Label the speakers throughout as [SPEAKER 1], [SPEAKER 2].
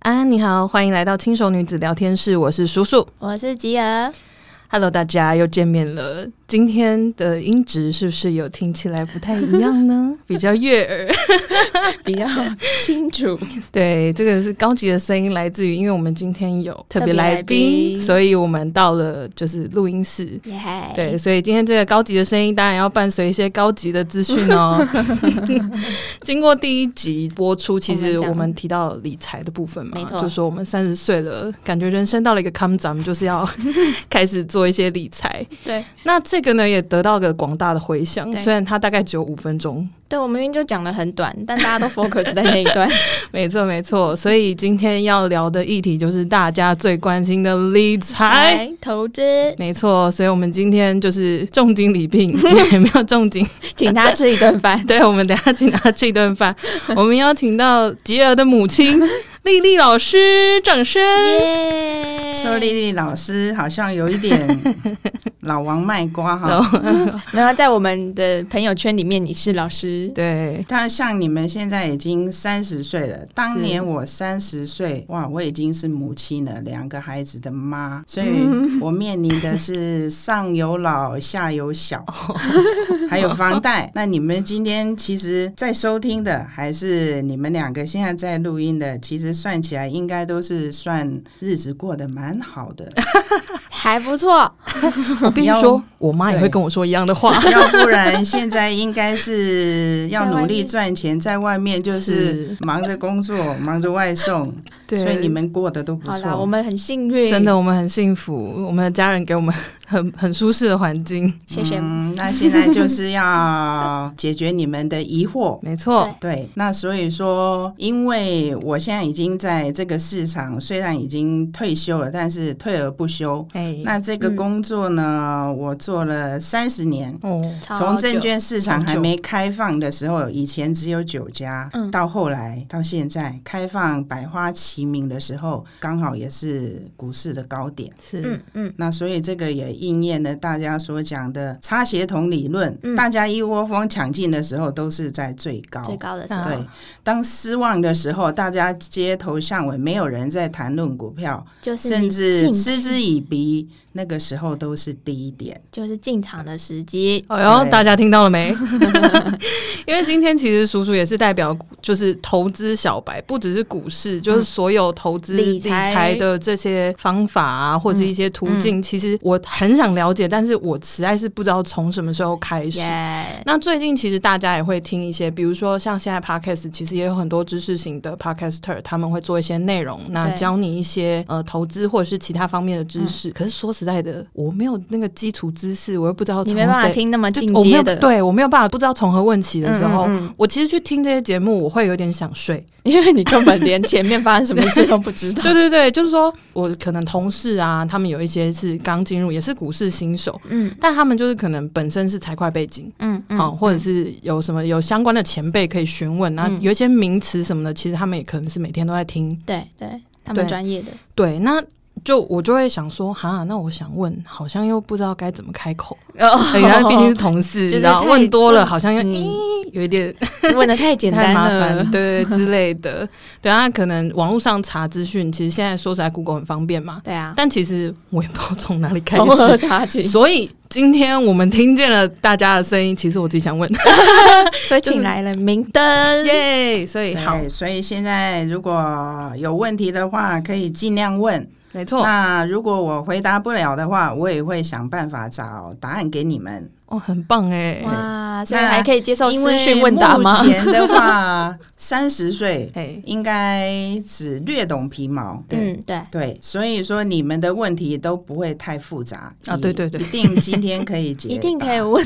[SPEAKER 1] 安，你好，欢迎来到轻熟女子聊天室，我是叔叔。
[SPEAKER 2] 我是吉儿，
[SPEAKER 1] Hello，大家又见面了。今天的音质是不是有听起来不太一样 呢？比较悦耳。
[SPEAKER 2] 比较清楚。
[SPEAKER 1] 对，这个是高级的声音，来自于因为我们今天有特别来
[SPEAKER 2] 特别来
[SPEAKER 1] 宾，
[SPEAKER 2] 宾
[SPEAKER 1] 所以我们到了就是录音室。
[SPEAKER 2] 耶、
[SPEAKER 1] 对，所以今天这个高级的声音当然要伴随一些高级的资讯 哦。经过第一集播出，其实
[SPEAKER 2] 我们讲
[SPEAKER 1] 我们提到理财的部分嘛，
[SPEAKER 2] 没错
[SPEAKER 1] 就说我们三十岁了，感觉人生到了一个 come down，就是要 开始做一些理财。
[SPEAKER 2] 对，
[SPEAKER 1] 那这个呢，也得到了广大的回响，
[SPEAKER 2] 对
[SPEAKER 1] 虽然它大概只有五分钟。
[SPEAKER 2] 对，我明明就讲的很短，但大家 都 focus 在那一 段。
[SPEAKER 1] 没错，没错。所以今天要聊的议题就是大家最关心的理财。
[SPEAKER 2] 来投资，
[SPEAKER 1] 没错，所以我们今天就是重金礼聘， 也没有重金。。
[SPEAKER 2] 请他吃一顿饭
[SPEAKER 1] 对，我们等一下请他吃一顿 饭。我们邀请到吉儿的母 亲丽丽老师，掌声。
[SPEAKER 2] 耶
[SPEAKER 3] 说丽丽老师好像有一点老王卖瓜哈，
[SPEAKER 2] 然后在我们的朋友圈里面，你是老师，
[SPEAKER 1] 对，
[SPEAKER 3] 但像你们现在已经三十岁了，当
[SPEAKER 1] 是
[SPEAKER 3] 年我三十岁，哇，我已经是嗯母亲了，两个孩子的妈，所以我面临的是上有老下有 小，还有房贷。那你们今天其实在收听的，还是你们两个现在在录音的，其实算起来应该都是算日子过得蛮好的。
[SPEAKER 2] 还不错。
[SPEAKER 1] 我跟你
[SPEAKER 3] 要
[SPEAKER 1] 说，我妈也会
[SPEAKER 3] 对
[SPEAKER 1] 跟我说一样的话。
[SPEAKER 3] 要不然现在应该是要
[SPEAKER 2] 在外
[SPEAKER 3] 努力
[SPEAKER 2] 面
[SPEAKER 3] 赚钱，在外面就是
[SPEAKER 1] 是
[SPEAKER 3] 忙着工作，忙着 外送，
[SPEAKER 1] 对，
[SPEAKER 3] 所以你们过得都不
[SPEAKER 2] 好啦，我
[SPEAKER 3] 错。
[SPEAKER 2] 们很幸运，
[SPEAKER 1] 真的，我们很幸福，我们的家人给我们很很舒适的环境。
[SPEAKER 2] 谢谢。
[SPEAKER 3] 嗯，那现在就是要解决你们的疑惑。
[SPEAKER 1] 没错，
[SPEAKER 3] 对，那所以说，因为我现在已经在这个市场，虽然已经退休了，但是退而不休。
[SPEAKER 1] 哎，
[SPEAKER 3] 那这个
[SPEAKER 2] 嗯
[SPEAKER 3] 工作呢，我做了三十年，
[SPEAKER 1] 哦，
[SPEAKER 2] 超
[SPEAKER 3] 从
[SPEAKER 2] 啊久
[SPEAKER 3] 证券市场
[SPEAKER 1] 好久
[SPEAKER 3] 还没开放的时候，以前只有九家，
[SPEAKER 2] 嗯
[SPEAKER 3] 到后来到现在开放百花齐鸣的时候，刚好也是股市的高点。
[SPEAKER 1] 是，
[SPEAKER 2] 嗯嗯，
[SPEAKER 3] 那所以这个也应验了大家所讲的差协同理论，
[SPEAKER 2] 嗯
[SPEAKER 3] 大家一窝蜂抢进的时候都是在最高。
[SPEAKER 2] 最高的时
[SPEAKER 1] 啊
[SPEAKER 2] 候，
[SPEAKER 3] 对，当失望的时候，大家街头巷尾没有人在谈论股票，
[SPEAKER 2] 就是
[SPEAKER 3] 甚
[SPEAKER 2] 你
[SPEAKER 3] 至
[SPEAKER 2] 进
[SPEAKER 3] 嗤之以鼻，那个时候都是低点。
[SPEAKER 2] 就是进场的时机。
[SPEAKER 1] 哎呦，
[SPEAKER 3] 对
[SPEAKER 1] 大家听到了没？ 因为今天其实叔叔也是代表，就是投资小白，不只是股市，就是所有投资理
[SPEAKER 2] 理财
[SPEAKER 1] 财的这些方法啊，或者一些途径。其实我很想了解，但是我实在是不知道从什么时候开始。
[SPEAKER 2] 耶，
[SPEAKER 1] 那最近其实大家也会听一些，比如说像现在 podcast，其实也有很多知识型的 podcaster，他们会做一些内容，那
[SPEAKER 2] 对
[SPEAKER 1] 教你一些呃投资或者是其他方面的知识。可是说实在的，我没有那个基础知识，我又不知道
[SPEAKER 2] 你
[SPEAKER 1] 从
[SPEAKER 2] 没办法
[SPEAKER 1] 谁
[SPEAKER 2] 听那么
[SPEAKER 1] 就
[SPEAKER 2] 进
[SPEAKER 1] 我没有
[SPEAKER 2] 阶的，
[SPEAKER 1] 对我没有办法不知道从何问起的时候，
[SPEAKER 2] 嗯 嗯嗯
[SPEAKER 1] 我其实去听这些节目，我会有点想 睡。
[SPEAKER 2] 因为你根本连前面发生什么事都不 知道。
[SPEAKER 1] 对对对，就是说我可能同事啊，他们有一些是刚进入，也是股市新手，
[SPEAKER 2] 嗯
[SPEAKER 1] 但他们就是可能本身是财会背景。
[SPEAKER 2] 嗯嗯，
[SPEAKER 1] 啊，或者是有什么有相关的前辈可以询问，那
[SPEAKER 2] 嗯
[SPEAKER 1] 有一些名词什么的，其实他们也可能是每天都在听。
[SPEAKER 2] 对对，他
[SPEAKER 1] 对
[SPEAKER 2] 们专业的，
[SPEAKER 1] 对，那就我就会想说，哈，那我想问，好像又不知道该怎么开 口，
[SPEAKER 2] 哦
[SPEAKER 1] 对，因为毕竟是同事，
[SPEAKER 2] 就是
[SPEAKER 1] 然后
[SPEAKER 2] 太
[SPEAKER 1] 问多了，
[SPEAKER 2] 问
[SPEAKER 1] 好像又、
[SPEAKER 2] 嗯
[SPEAKER 1] 咦有一点
[SPEAKER 2] 问的太简
[SPEAKER 1] 太
[SPEAKER 2] 单
[SPEAKER 1] 麻烦，
[SPEAKER 2] 了，
[SPEAKER 1] 对之类的。对啊，可能网络上查资讯，其实现在说起来 Google 很方便嘛，
[SPEAKER 2] 对啊，
[SPEAKER 1] 但其实我也不知道从哪里开
[SPEAKER 2] 从何
[SPEAKER 1] 始。
[SPEAKER 2] 查起？
[SPEAKER 1] 啊所以今天我们听见了大家的声音，其实我自己想问，
[SPEAKER 2] 所以请来了明灯，
[SPEAKER 1] 耶！所以好，
[SPEAKER 3] 对，所以现在如果有问题的话，可以尽量问。
[SPEAKER 1] 没
[SPEAKER 2] 哦
[SPEAKER 1] 错，
[SPEAKER 3] 那如果我回答不了的话，我也会想办法找答案给你们。
[SPEAKER 1] 哦，很棒哎，
[SPEAKER 2] 哇，
[SPEAKER 3] 对
[SPEAKER 2] 所以还可以接受
[SPEAKER 3] 因
[SPEAKER 2] 私
[SPEAKER 3] 为
[SPEAKER 2] 讯问答吗
[SPEAKER 3] 目？前的话， 三十岁
[SPEAKER 1] 哎，
[SPEAKER 3] 应该只略懂皮毛。
[SPEAKER 2] 嗯，对，
[SPEAKER 3] 对，所以说你们的问题都不会太复杂
[SPEAKER 1] 啊
[SPEAKER 3] 一
[SPEAKER 1] 对对对
[SPEAKER 3] 一定今天可以解答，
[SPEAKER 2] 一定可以问，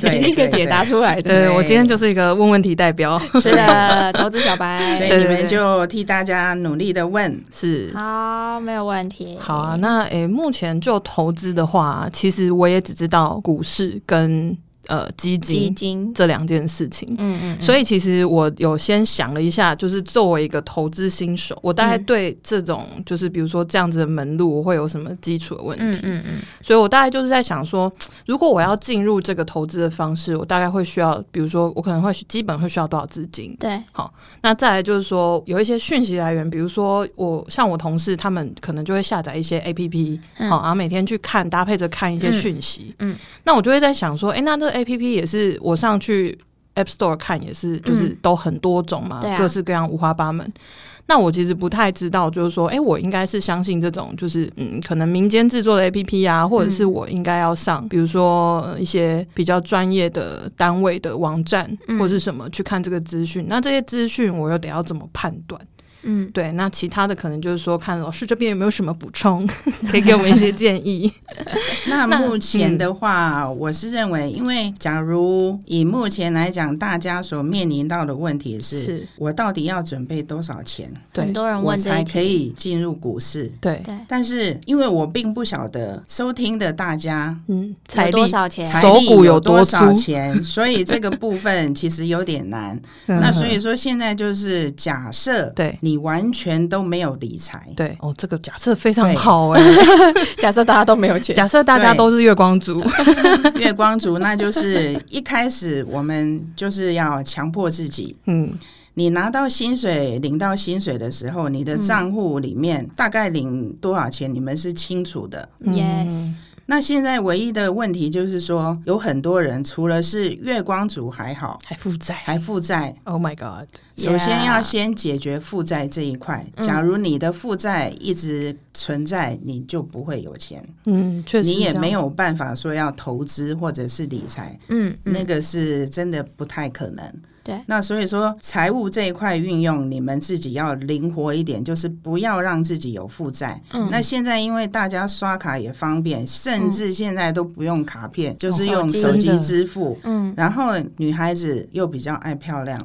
[SPEAKER 3] 对，
[SPEAKER 2] 一定可以解答
[SPEAKER 3] 对。
[SPEAKER 2] 出来的。
[SPEAKER 1] 对我今天就是一个问问题代表，
[SPEAKER 2] 是的， 投资小白
[SPEAKER 1] 对
[SPEAKER 3] 对，所以
[SPEAKER 1] 对
[SPEAKER 3] 你
[SPEAKER 1] 对
[SPEAKER 3] 们就替大家努力的问。
[SPEAKER 1] 是。
[SPEAKER 2] 好，没有问题。
[SPEAKER 1] 好啊啊，那诶、目前就投资的话，其实我也只知道股市跟呃基
[SPEAKER 2] 基
[SPEAKER 1] 金
[SPEAKER 2] 金，
[SPEAKER 1] 这两件事情。
[SPEAKER 2] 嗯嗯，
[SPEAKER 1] 所以其实我有先想了一下，就是作为一个投资新手，我大概
[SPEAKER 2] 嗯
[SPEAKER 1] 对这种、就是比如说这样子的门路，我会有什么基础的问题？
[SPEAKER 2] 嗯嗯嗯，
[SPEAKER 1] 所以我大概就是在想说，如果我要进入这个投资的方式，我大概会需要，比如说我可能会基本会需要多少资金？
[SPEAKER 2] 对，
[SPEAKER 1] 那再来就是说有一些讯息来源，比如说我像我同事他们可能就会下载一些 A P P，
[SPEAKER 2] 嗯
[SPEAKER 1] 好，然后每天去看搭配着看一些讯息，
[SPEAKER 2] 嗯嗯
[SPEAKER 1] 那我就会在想说，诶，那这个 A P P 也是我上去 App Store 看也是就是都很多种嘛，
[SPEAKER 2] 嗯对啊
[SPEAKER 1] 各式各样五花八门。那我其实不太知道，就是说，诶，我应该是相信这种，就是嗯，可能民间制作的 A P P 啊，或者是
[SPEAKER 2] 嗯
[SPEAKER 1] 我应该要上，比如说呃一些比较专业的单位的网站、
[SPEAKER 2] 嗯
[SPEAKER 1] 或是什么去看这个资讯。那这些资讯我又得要怎么判断？
[SPEAKER 2] 嗯，
[SPEAKER 1] 对，那其他的可能就是说，看老师这边有没有什么补充， 可以给我们一 些建议。
[SPEAKER 3] 那
[SPEAKER 1] 那
[SPEAKER 3] 目前
[SPEAKER 1] 嗯
[SPEAKER 3] 的话，我是认为，因为假如以目前来讲，大家所面临到的问题是，
[SPEAKER 1] 是
[SPEAKER 3] 我到底要准备多少钱，
[SPEAKER 2] 很
[SPEAKER 1] 对
[SPEAKER 2] 多人
[SPEAKER 3] 我
[SPEAKER 2] 问这
[SPEAKER 3] 才
[SPEAKER 2] 一
[SPEAKER 3] 可
[SPEAKER 2] 题，
[SPEAKER 3] 以进入股市？
[SPEAKER 1] 对，
[SPEAKER 2] 对，
[SPEAKER 3] 但是因为我并不晓得收听的大家
[SPEAKER 1] 嗯，财
[SPEAKER 2] 有
[SPEAKER 1] 力
[SPEAKER 2] 多少钱？
[SPEAKER 3] 财
[SPEAKER 1] 手
[SPEAKER 3] 力
[SPEAKER 1] 骨啊有
[SPEAKER 3] 有
[SPEAKER 1] 多
[SPEAKER 3] 少
[SPEAKER 1] 粗
[SPEAKER 3] 钱，所以这个部分其实有 点难。那所以说，现在就是假设
[SPEAKER 1] 嗯对
[SPEAKER 3] 你完全都没有理财，
[SPEAKER 1] 对哦，这个假设非常
[SPEAKER 3] 对
[SPEAKER 1] 好哎、
[SPEAKER 2] 假设大家都没有钱，
[SPEAKER 1] 假设大家都是月光 族，
[SPEAKER 3] 月光族，那就是一开始我们就是要强迫自己，
[SPEAKER 1] 嗯，
[SPEAKER 3] 你拿到薪水、领到薪水的时候，你
[SPEAKER 2] 嗯
[SPEAKER 3] 的账户里面大概领多少钱，你们是清楚的。
[SPEAKER 1] 嗯
[SPEAKER 2] Yes
[SPEAKER 3] 那现在唯一的问题就是说，有很多人除了是月光族还好，
[SPEAKER 1] 还负债
[SPEAKER 3] 还负债。
[SPEAKER 1] ，Oh my God，
[SPEAKER 3] 首先要
[SPEAKER 2] Yeah
[SPEAKER 3] 先解决负债这一块。
[SPEAKER 2] 嗯
[SPEAKER 3] 假如你的负债一直存在，你就不会有钱，
[SPEAKER 1] 嗯，确实
[SPEAKER 3] 你也没
[SPEAKER 1] 有，
[SPEAKER 3] 有办法说要投资或者是理财，
[SPEAKER 2] 嗯，嗯
[SPEAKER 3] 那个是真的不太可能。
[SPEAKER 2] 对，
[SPEAKER 3] 那所以说，财务这一块运用，你们自己要灵活一点，就是不要让自己有负债。
[SPEAKER 2] 嗯
[SPEAKER 3] 那现在因为大家刷卡也方便，甚至现在都不用卡片，就是用
[SPEAKER 2] 手
[SPEAKER 3] 手
[SPEAKER 1] 机
[SPEAKER 3] 机支付。
[SPEAKER 2] 嗯，
[SPEAKER 3] 然后女孩子又比较爱漂亮，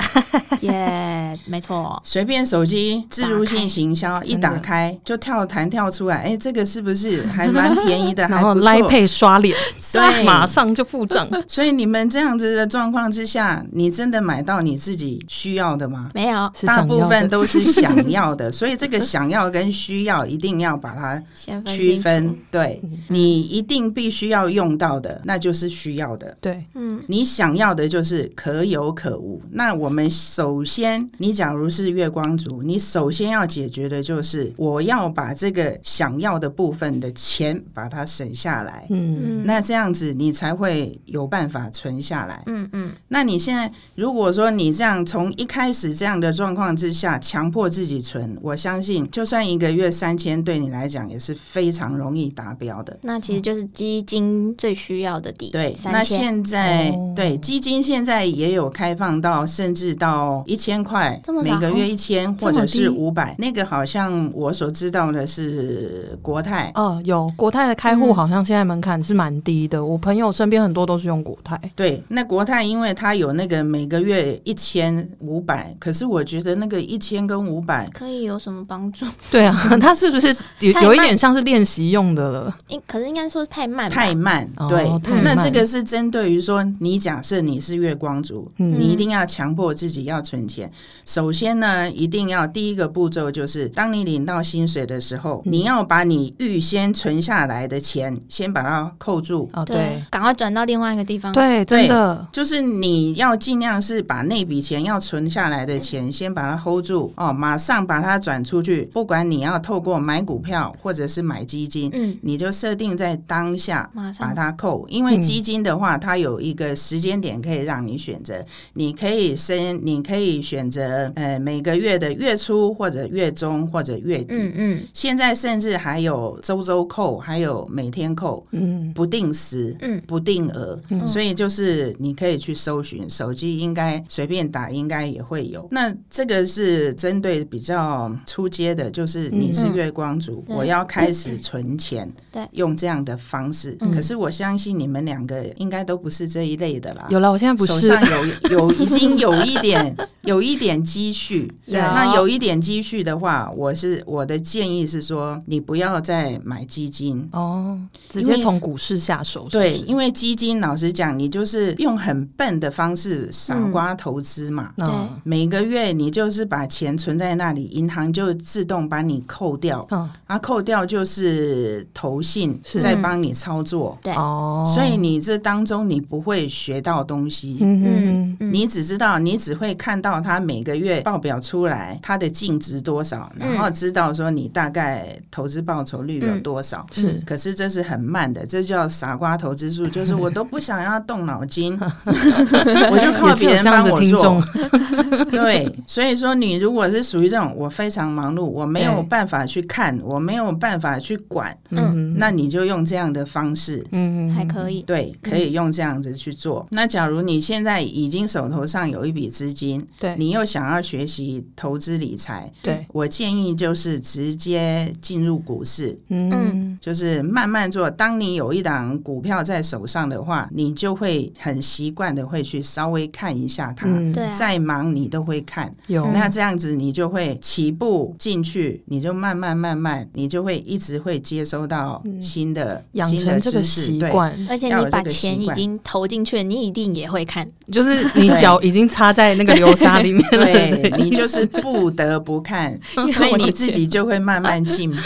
[SPEAKER 2] 耶，没错，
[SPEAKER 3] 随便手机自入性行销一
[SPEAKER 1] 真
[SPEAKER 3] 打
[SPEAKER 1] 的
[SPEAKER 3] 开就跳弹跳出来，哎，这个是不是还蛮便宜的，
[SPEAKER 1] 然
[SPEAKER 3] 还
[SPEAKER 1] 后
[SPEAKER 3] 不
[SPEAKER 1] l i
[SPEAKER 3] 错。
[SPEAKER 1] Pay 刷脸，
[SPEAKER 3] 对
[SPEAKER 1] 马上就付账，
[SPEAKER 3] 所以你们这样子的状况之下，你真的买到你自己需要的吗？
[SPEAKER 2] 没有，
[SPEAKER 1] 是
[SPEAKER 3] 大
[SPEAKER 1] 想要的
[SPEAKER 3] 部分都是 想要的，所以这个想要跟需要一定要把它
[SPEAKER 2] 先分
[SPEAKER 3] 区
[SPEAKER 2] 清
[SPEAKER 3] 分
[SPEAKER 2] 楚，。嗯
[SPEAKER 3] 对你一定必须要用到的，那就是需要的。
[SPEAKER 1] 对，
[SPEAKER 2] 嗯
[SPEAKER 3] 你想要的就是可有可无。那我们首先，你假如是月光族，你首先要解决的就是我要把这个想要的部分的钱把它省下来。
[SPEAKER 1] 嗯，
[SPEAKER 2] 嗯，
[SPEAKER 3] 那这样子你才会有办法存下来。
[SPEAKER 2] 嗯嗯
[SPEAKER 3] 那你现在如果说你这样从一开始这样的状况之下强迫自己存，我相信就算一个月三千，对你来讲也是非常容易达标的。
[SPEAKER 2] 那其实就是基金最需要的底，
[SPEAKER 3] 嗯对，
[SPEAKER 2] 三
[SPEAKER 3] 那
[SPEAKER 2] 千
[SPEAKER 3] 现在、
[SPEAKER 1] 哦
[SPEAKER 3] 对基金现在也有开放到甚至到一千块
[SPEAKER 2] 这，么少哦
[SPEAKER 3] 每个月一千
[SPEAKER 1] 这么
[SPEAKER 3] 或者是
[SPEAKER 1] 低
[SPEAKER 3] 五百。那个好像我所知道的是国泰，
[SPEAKER 1] 哦，有国泰的开户
[SPEAKER 2] 嗯
[SPEAKER 1] 好像现在门槛是蛮低的，我朋友身边很多都是用国泰，
[SPEAKER 3] 对，那国泰因为它有那个每个月一千五百，可是我觉得那个一千跟五百
[SPEAKER 2] 可以有什么帮助？
[SPEAKER 1] 对啊， 他是不是有
[SPEAKER 2] 太慢
[SPEAKER 1] 有一点像是练习用的了？
[SPEAKER 2] 应可是应该说是太慢吧，
[SPEAKER 3] 太慢
[SPEAKER 1] 哦，
[SPEAKER 3] 对，
[SPEAKER 1] 太
[SPEAKER 3] 那
[SPEAKER 1] 慢
[SPEAKER 3] 这个是针对于说，你假设你是月光族，
[SPEAKER 1] 嗯
[SPEAKER 3] 你一定要强迫自己要存钱。首先呢，一定要第一个步骤就是，当你领到薪水的时
[SPEAKER 1] 嗯
[SPEAKER 3] 候，你要把你预先存下来的钱先把它扣住，
[SPEAKER 1] 哦，
[SPEAKER 2] 对
[SPEAKER 1] 对，
[SPEAKER 2] 赶快转到另外一个地
[SPEAKER 3] 啊
[SPEAKER 2] 方，
[SPEAKER 1] 对，真的，
[SPEAKER 3] 就是你要尽量是把那笔钱要存下来的钱先把它 hold 住哦，马上把它转出去，不管你要透过买股票或者是买基金，
[SPEAKER 2] 嗯，
[SPEAKER 3] 你就设定在当下
[SPEAKER 2] 马
[SPEAKER 3] 把
[SPEAKER 2] 上
[SPEAKER 3] 它扣，因为
[SPEAKER 1] 嗯
[SPEAKER 3] 基金的话，它有一个时间点可以让你选择，你可以申，你可以选择呃每个月的月初或者月中或者月底。
[SPEAKER 2] 嗯嗯
[SPEAKER 3] 现在甚至还有周周扣，还有每天扣，
[SPEAKER 1] 嗯，
[SPEAKER 3] 不定时、
[SPEAKER 2] 嗯
[SPEAKER 3] 不定额，
[SPEAKER 1] 嗯
[SPEAKER 3] 所以就是你可以去搜寻，手机应该在随便打应该也会有。那这个是针对比较出街的，就是你是月光族，
[SPEAKER 2] 嗯
[SPEAKER 3] 我要开始存钱，
[SPEAKER 2] 对
[SPEAKER 3] 用这样的方式。可是我相信你们两个应该都不是这一类的啦。
[SPEAKER 1] 有了，我现在不
[SPEAKER 3] 啊手
[SPEAKER 1] 是
[SPEAKER 3] 上有有已经有一点有一点积蓄，
[SPEAKER 2] 对
[SPEAKER 3] 那有一点积蓄的话，我是我的建议是说，你不要再买基金。
[SPEAKER 1] 哦，直
[SPEAKER 3] 因
[SPEAKER 1] 接
[SPEAKER 3] 为
[SPEAKER 1] 从股市下手是不
[SPEAKER 3] 对
[SPEAKER 1] 是，，
[SPEAKER 3] 因为基金老实讲，你就是用很笨的方式傻瓜投资嘛。
[SPEAKER 1] 嗯
[SPEAKER 3] 每个月你就是把钱存在那里，银行就自动把你扣掉，
[SPEAKER 1] 嗯
[SPEAKER 3] 啊，扣掉就是投信
[SPEAKER 1] 是嗯
[SPEAKER 3] 在帮你操作，
[SPEAKER 2] 对
[SPEAKER 1] 哦，
[SPEAKER 3] 所以你这当中你不会学到东西。
[SPEAKER 1] 嗯嗯
[SPEAKER 2] 嗯
[SPEAKER 3] 你只知道，你只会看到它每个月报表出来，它的净值多少，
[SPEAKER 2] 嗯
[SPEAKER 3] 然后知道说你大概投资报酬率
[SPEAKER 1] 嗯
[SPEAKER 3] 有多少。
[SPEAKER 1] 是
[SPEAKER 3] 可是这是很慢的，这叫傻瓜投资术，就是我都不想要动 脑筋，我就靠
[SPEAKER 1] 也是
[SPEAKER 3] 别
[SPEAKER 1] 有
[SPEAKER 3] 人
[SPEAKER 1] 这样
[SPEAKER 3] 帮
[SPEAKER 1] 的
[SPEAKER 3] 我
[SPEAKER 1] 听众
[SPEAKER 3] 做。，对，所以说你如果是属于这种我非常忙碌，我没有
[SPEAKER 1] 对
[SPEAKER 3] 办法去看，我没有办法去管，
[SPEAKER 1] 嗯
[SPEAKER 3] 那你就用这样的方式，
[SPEAKER 1] 嗯
[SPEAKER 2] 还可以，
[SPEAKER 3] 对，可以用这样子去做。那假如你现在已经手头上有一笔资金，
[SPEAKER 1] 对
[SPEAKER 3] 你又想要学习投资理财，
[SPEAKER 1] 对，
[SPEAKER 3] 我建议就是直接进入股市。
[SPEAKER 1] 嗯
[SPEAKER 3] 就是慢慢做。当你有一档股票在手上的话，你就会很习惯的会去稍微看一下它。
[SPEAKER 1] 嗯
[SPEAKER 2] 对啊嗯
[SPEAKER 3] 再忙你都会看，
[SPEAKER 1] 有
[SPEAKER 3] 那这样子你就会起步进去，你就慢慢慢慢，你就会一直会接收到
[SPEAKER 1] 嗯
[SPEAKER 3] 新的、
[SPEAKER 1] 养
[SPEAKER 3] 新的
[SPEAKER 1] 成这个
[SPEAKER 3] 知识
[SPEAKER 1] 习。
[SPEAKER 3] 对
[SPEAKER 1] 惯，
[SPEAKER 2] 而且
[SPEAKER 3] 要有
[SPEAKER 2] 你
[SPEAKER 3] 这
[SPEAKER 2] 把
[SPEAKER 3] 个
[SPEAKER 2] 钱
[SPEAKER 3] 习
[SPEAKER 2] 已
[SPEAKER 3] 惯
[SPEAKER 2] 经投进去了，你一定也会看。
[SPEAKER 1] 就是你脚已经插在那个流沙里面了，
[SPEAKER 3] 对你就是不得 不看，
[SPEAKER 2] 因为
[SPEAKER 3] 所以
[SPEAKER 2] 我
[SPEAKER 3] 你
[SPEAKER 2] 的
[SPEAKER 3] 自
[SPEAKER 2] 钱
[SPEAKER 3] 己就会慢慢进步。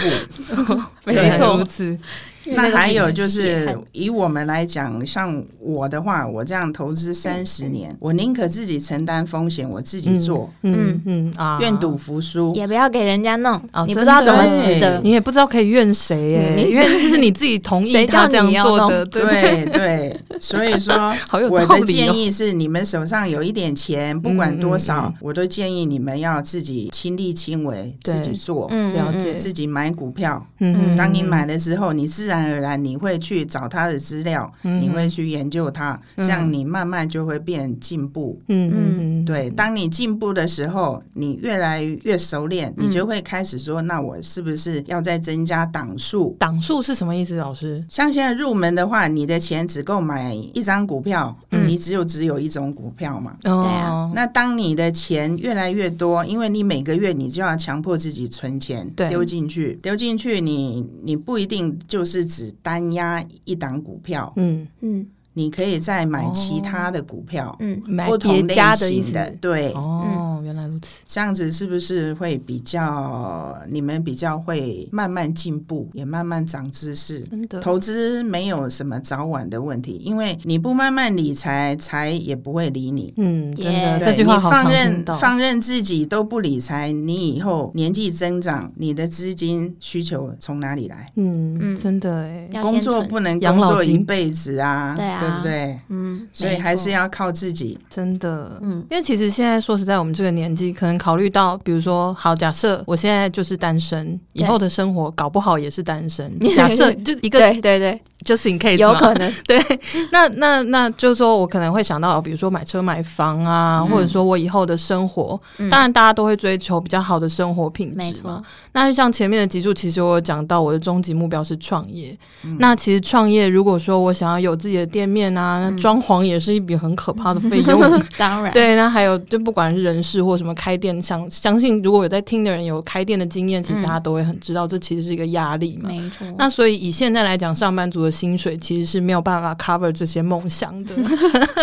[SPEAKER 1] 没
[SPEAKER 3] 对
[SPEAKER 1] 错，如此
[SPEAKER 2] 因为
[SPEAKER 3] 那
[SPEAKER 2] 个
[SPEAKER 3] 还
[SPEAKER 2] 很
[SPEAKER 3] 有
[SPEAKER 2] 难
[SPEAKER 3] 就
[SPEAKER 2] 写
[SPEAKER 3] 是
[SPEAKER 2] 很，
[SPEAKER 3] 以我们来讲，像我的话，我这样投资三十年，我宁可自己承担风险，我自己做，，
[SPEAKER 1] 嗯嗯嗯啊，
[SPEAKER 3] 愿赌服输。
[SPEAKER 2] 也不要给人家弄
[SPEAKER 1] 哦，
[SPEAKER 2] 你不
[SPEAKER 1] 真
[SPEAKER 2] 知道怎么
[SPEAKER 1] 的
[SPEAKER 2] 死的
[SPEAKER 1] 你。也不知道可以怨谁耶、
[SPEAKER 2] 嗯你
[SPEAKER 1] 因为是你自己同意
[SPEAKER 2] 谁
[SPEAKER 1] 他
[SPEAKER 2] 叫
[SPEAKER 1] 这样
[SPEAKER 2] 你要
[SPEAKER 1] 做
[SPEAKER 2] 弄
[SPEAKER 1] 的，对不对
[SPEAKER 3] 对对，所以说
[SPEAKER 1] 好有
[SPEAKER 3] 我
[SPEAKER 1] 道
[SPEAKER 3] 的
[SPEAKER 1] 理哦
[SPEAKER 3] 建议是，你们手上有一点钱，不管
[SPEAKER 1] 嗯
[SPEAKER 3] 多
[SPEAKER 1] 嗯
[SPEAKER 3] 少，我都建议你们要自己亲力亲为，
[SPEAKER 1] 对
[SPEAKER 3] 自己做，
[SPEAKER 2] 嗯
[SPEAKER 1] 了
[SPEAKER 2] 嗯
[SPEAKER 1] 解
[SPEAKER 3] 自己买股票。
[SPEAKER 1] 嗯
[SPEAKER 3] 当你买了之后，你自然而然你会去找他的资料，
[SPEAKER 1] 嗯
[SPEAKER 3] 你会去研究它，
[SPEAKER 1] 嗯
[SPEAKER 3] 这样你慢慢就会变进步。
[SPEAKER 1] 嗯嗯嗯，
[SPEAKER 3] 对，当你进步的时候，你越来越熟练，
[SPEAKER 2] 嗯
[SPEAKER 3] 你就会开始说：那我是不是要再增加档数？
[SPEAKER 1] 档数是什么意思，老师？
[SPEAKER 3] 像现在入门的话，你的钱只够买一张股票，
[SPEAKER 2] 嗯
[SPEAKER 3] 你只有只有一种股票嘛。
[SPEAKER 1] 哦
[SPEAKER 2] 啊
[SPEAKER 3] 那当你的钱越来越多，因为你每个月你就要强迫自己存钱
[SPEAKER 1] 对
[SPEAKER 3] 丢进去，丢进去你你不一定就是只单压一档股票，
[SPEAKER 1] 嗯，
[SPEAKER 2] 嗯
[SPEAKER 3] 你可以再买
[SPEAKER 1] 哦
[SPEAKER 3] 其他的股票，
[SPEAKER 2] 嗯，
[SPEAKER 1] 买别
[SPEAKER 3] 不同类
[SPEAKER 1] 家的意
[SPEAKER 3] 型的，嗯
[SPEAKER 1] 思。
[SPEAKER 3] 对，
[SPEAKER 1] 哦，原来如此。
[SPEAKER 3] 这样子是不是会比较你们比较会慢慢进步，也慢慢长知识？
[SPEAKER 1] 真的，
[SPEAKER 3] 投资没有什么早晚的问题，因为你不慢慢理财，财也不会理你。
[SPEAKER 1] 嗯，真的
[SPEAKER 2] Yeah
[SPEAKER 1] 这
[SPEAKER 3] 对
[SPEAKER 1] 句话好
[SPEAKER 3] 你
[SPEAKER 1] 常听
[SPEAKER 3] 放任
[SPEAKER 1] 到。
[SPEAKER 3] 放任自己都不理财，你以后年纪增长，你的资金需求从哪里来？
[SPEAKER 1] 嗯，
[SPEAKER 2] 嗯
[SPEAKER 1] 真的哎，
[SPEAKER 2] 要
[SPEAKER 3] 工
[SPEAKER 2] 先
[SPEAKER 3] 作
[SPEAKER 2] 存
[SPEAKER 3] 不能
[SPEAKER 1] 养
[SPEAKER 3] 工
[SPEAKER 1] 老
[SPEAKER 3] 作一
[SPEAKER 1] 金
[SPEAKER 3] 辈子啊，
[SPEAKER 2] 对啊
[SPEAKER 3] 不对？
[SPEAKER 2] 嗯，
[SPEAKER 3] 所以
[SPEAKER 2] 没
[SPEAKER 3] 还
[SPEAKER 2] 错
[SPEAKER 3] 是要靠自己。
[SPEAKER 1] 真的，
[SPEAKER 2] 嗯
[SPEAKER 1] 因为其实现在说实在，我们这个年纪，可能考虑到，比如说，好，假设我现在就是单身，以
[SPEAKER 2] 对
[SPEAKER 1] 后的生活搞不好也是单 身。假设就一个
[SPEAKER 2] 对对对，
[SPEAKER 1] just in case，
[SPEAKER 2] 有
[SPEAKER 1] 嘛
[SPEAKER 2] 可能
[SPEAKER 1] 对， 那那那就是说我可能会想到，比如说买车买房啊，或者说我以后的生活，
[SPEAKER 2] 嗯
[SPEAKER 1] 当然大家都会追求比较好的生活品
[SPEAKER 2] 没
[SPEAKER 1] 质嘛
[SPEAKER 2] 错。，
[SPEAKER 1] 那就像前面的集数，其实我有讲到我的终极目标是创业。
[SPEAKER 2] 嗯
[SPEAKER 1] 那其实创业，如果说我想要有自己的店面啊，
[SPEAKER 2] 嗯
[SPEAKER 1] 那装潢也是一笔很可怕的费用。
[SPEAKER 2] 当然
[SPEAKER 1] 对，那还有就不管是人事或什么开店，相相信如果有在听的人有开店的经验，其实
[SPEAKER 2] 嗯
[SPEAKER 1] 大家都会很知道，这其实是一个压力嘛。
[SPEAKER 2] 没错。
[SPEAKER 1] 那所以以现在来讲，上班族的薪水其实是没有办法 cover 这些梦想 的。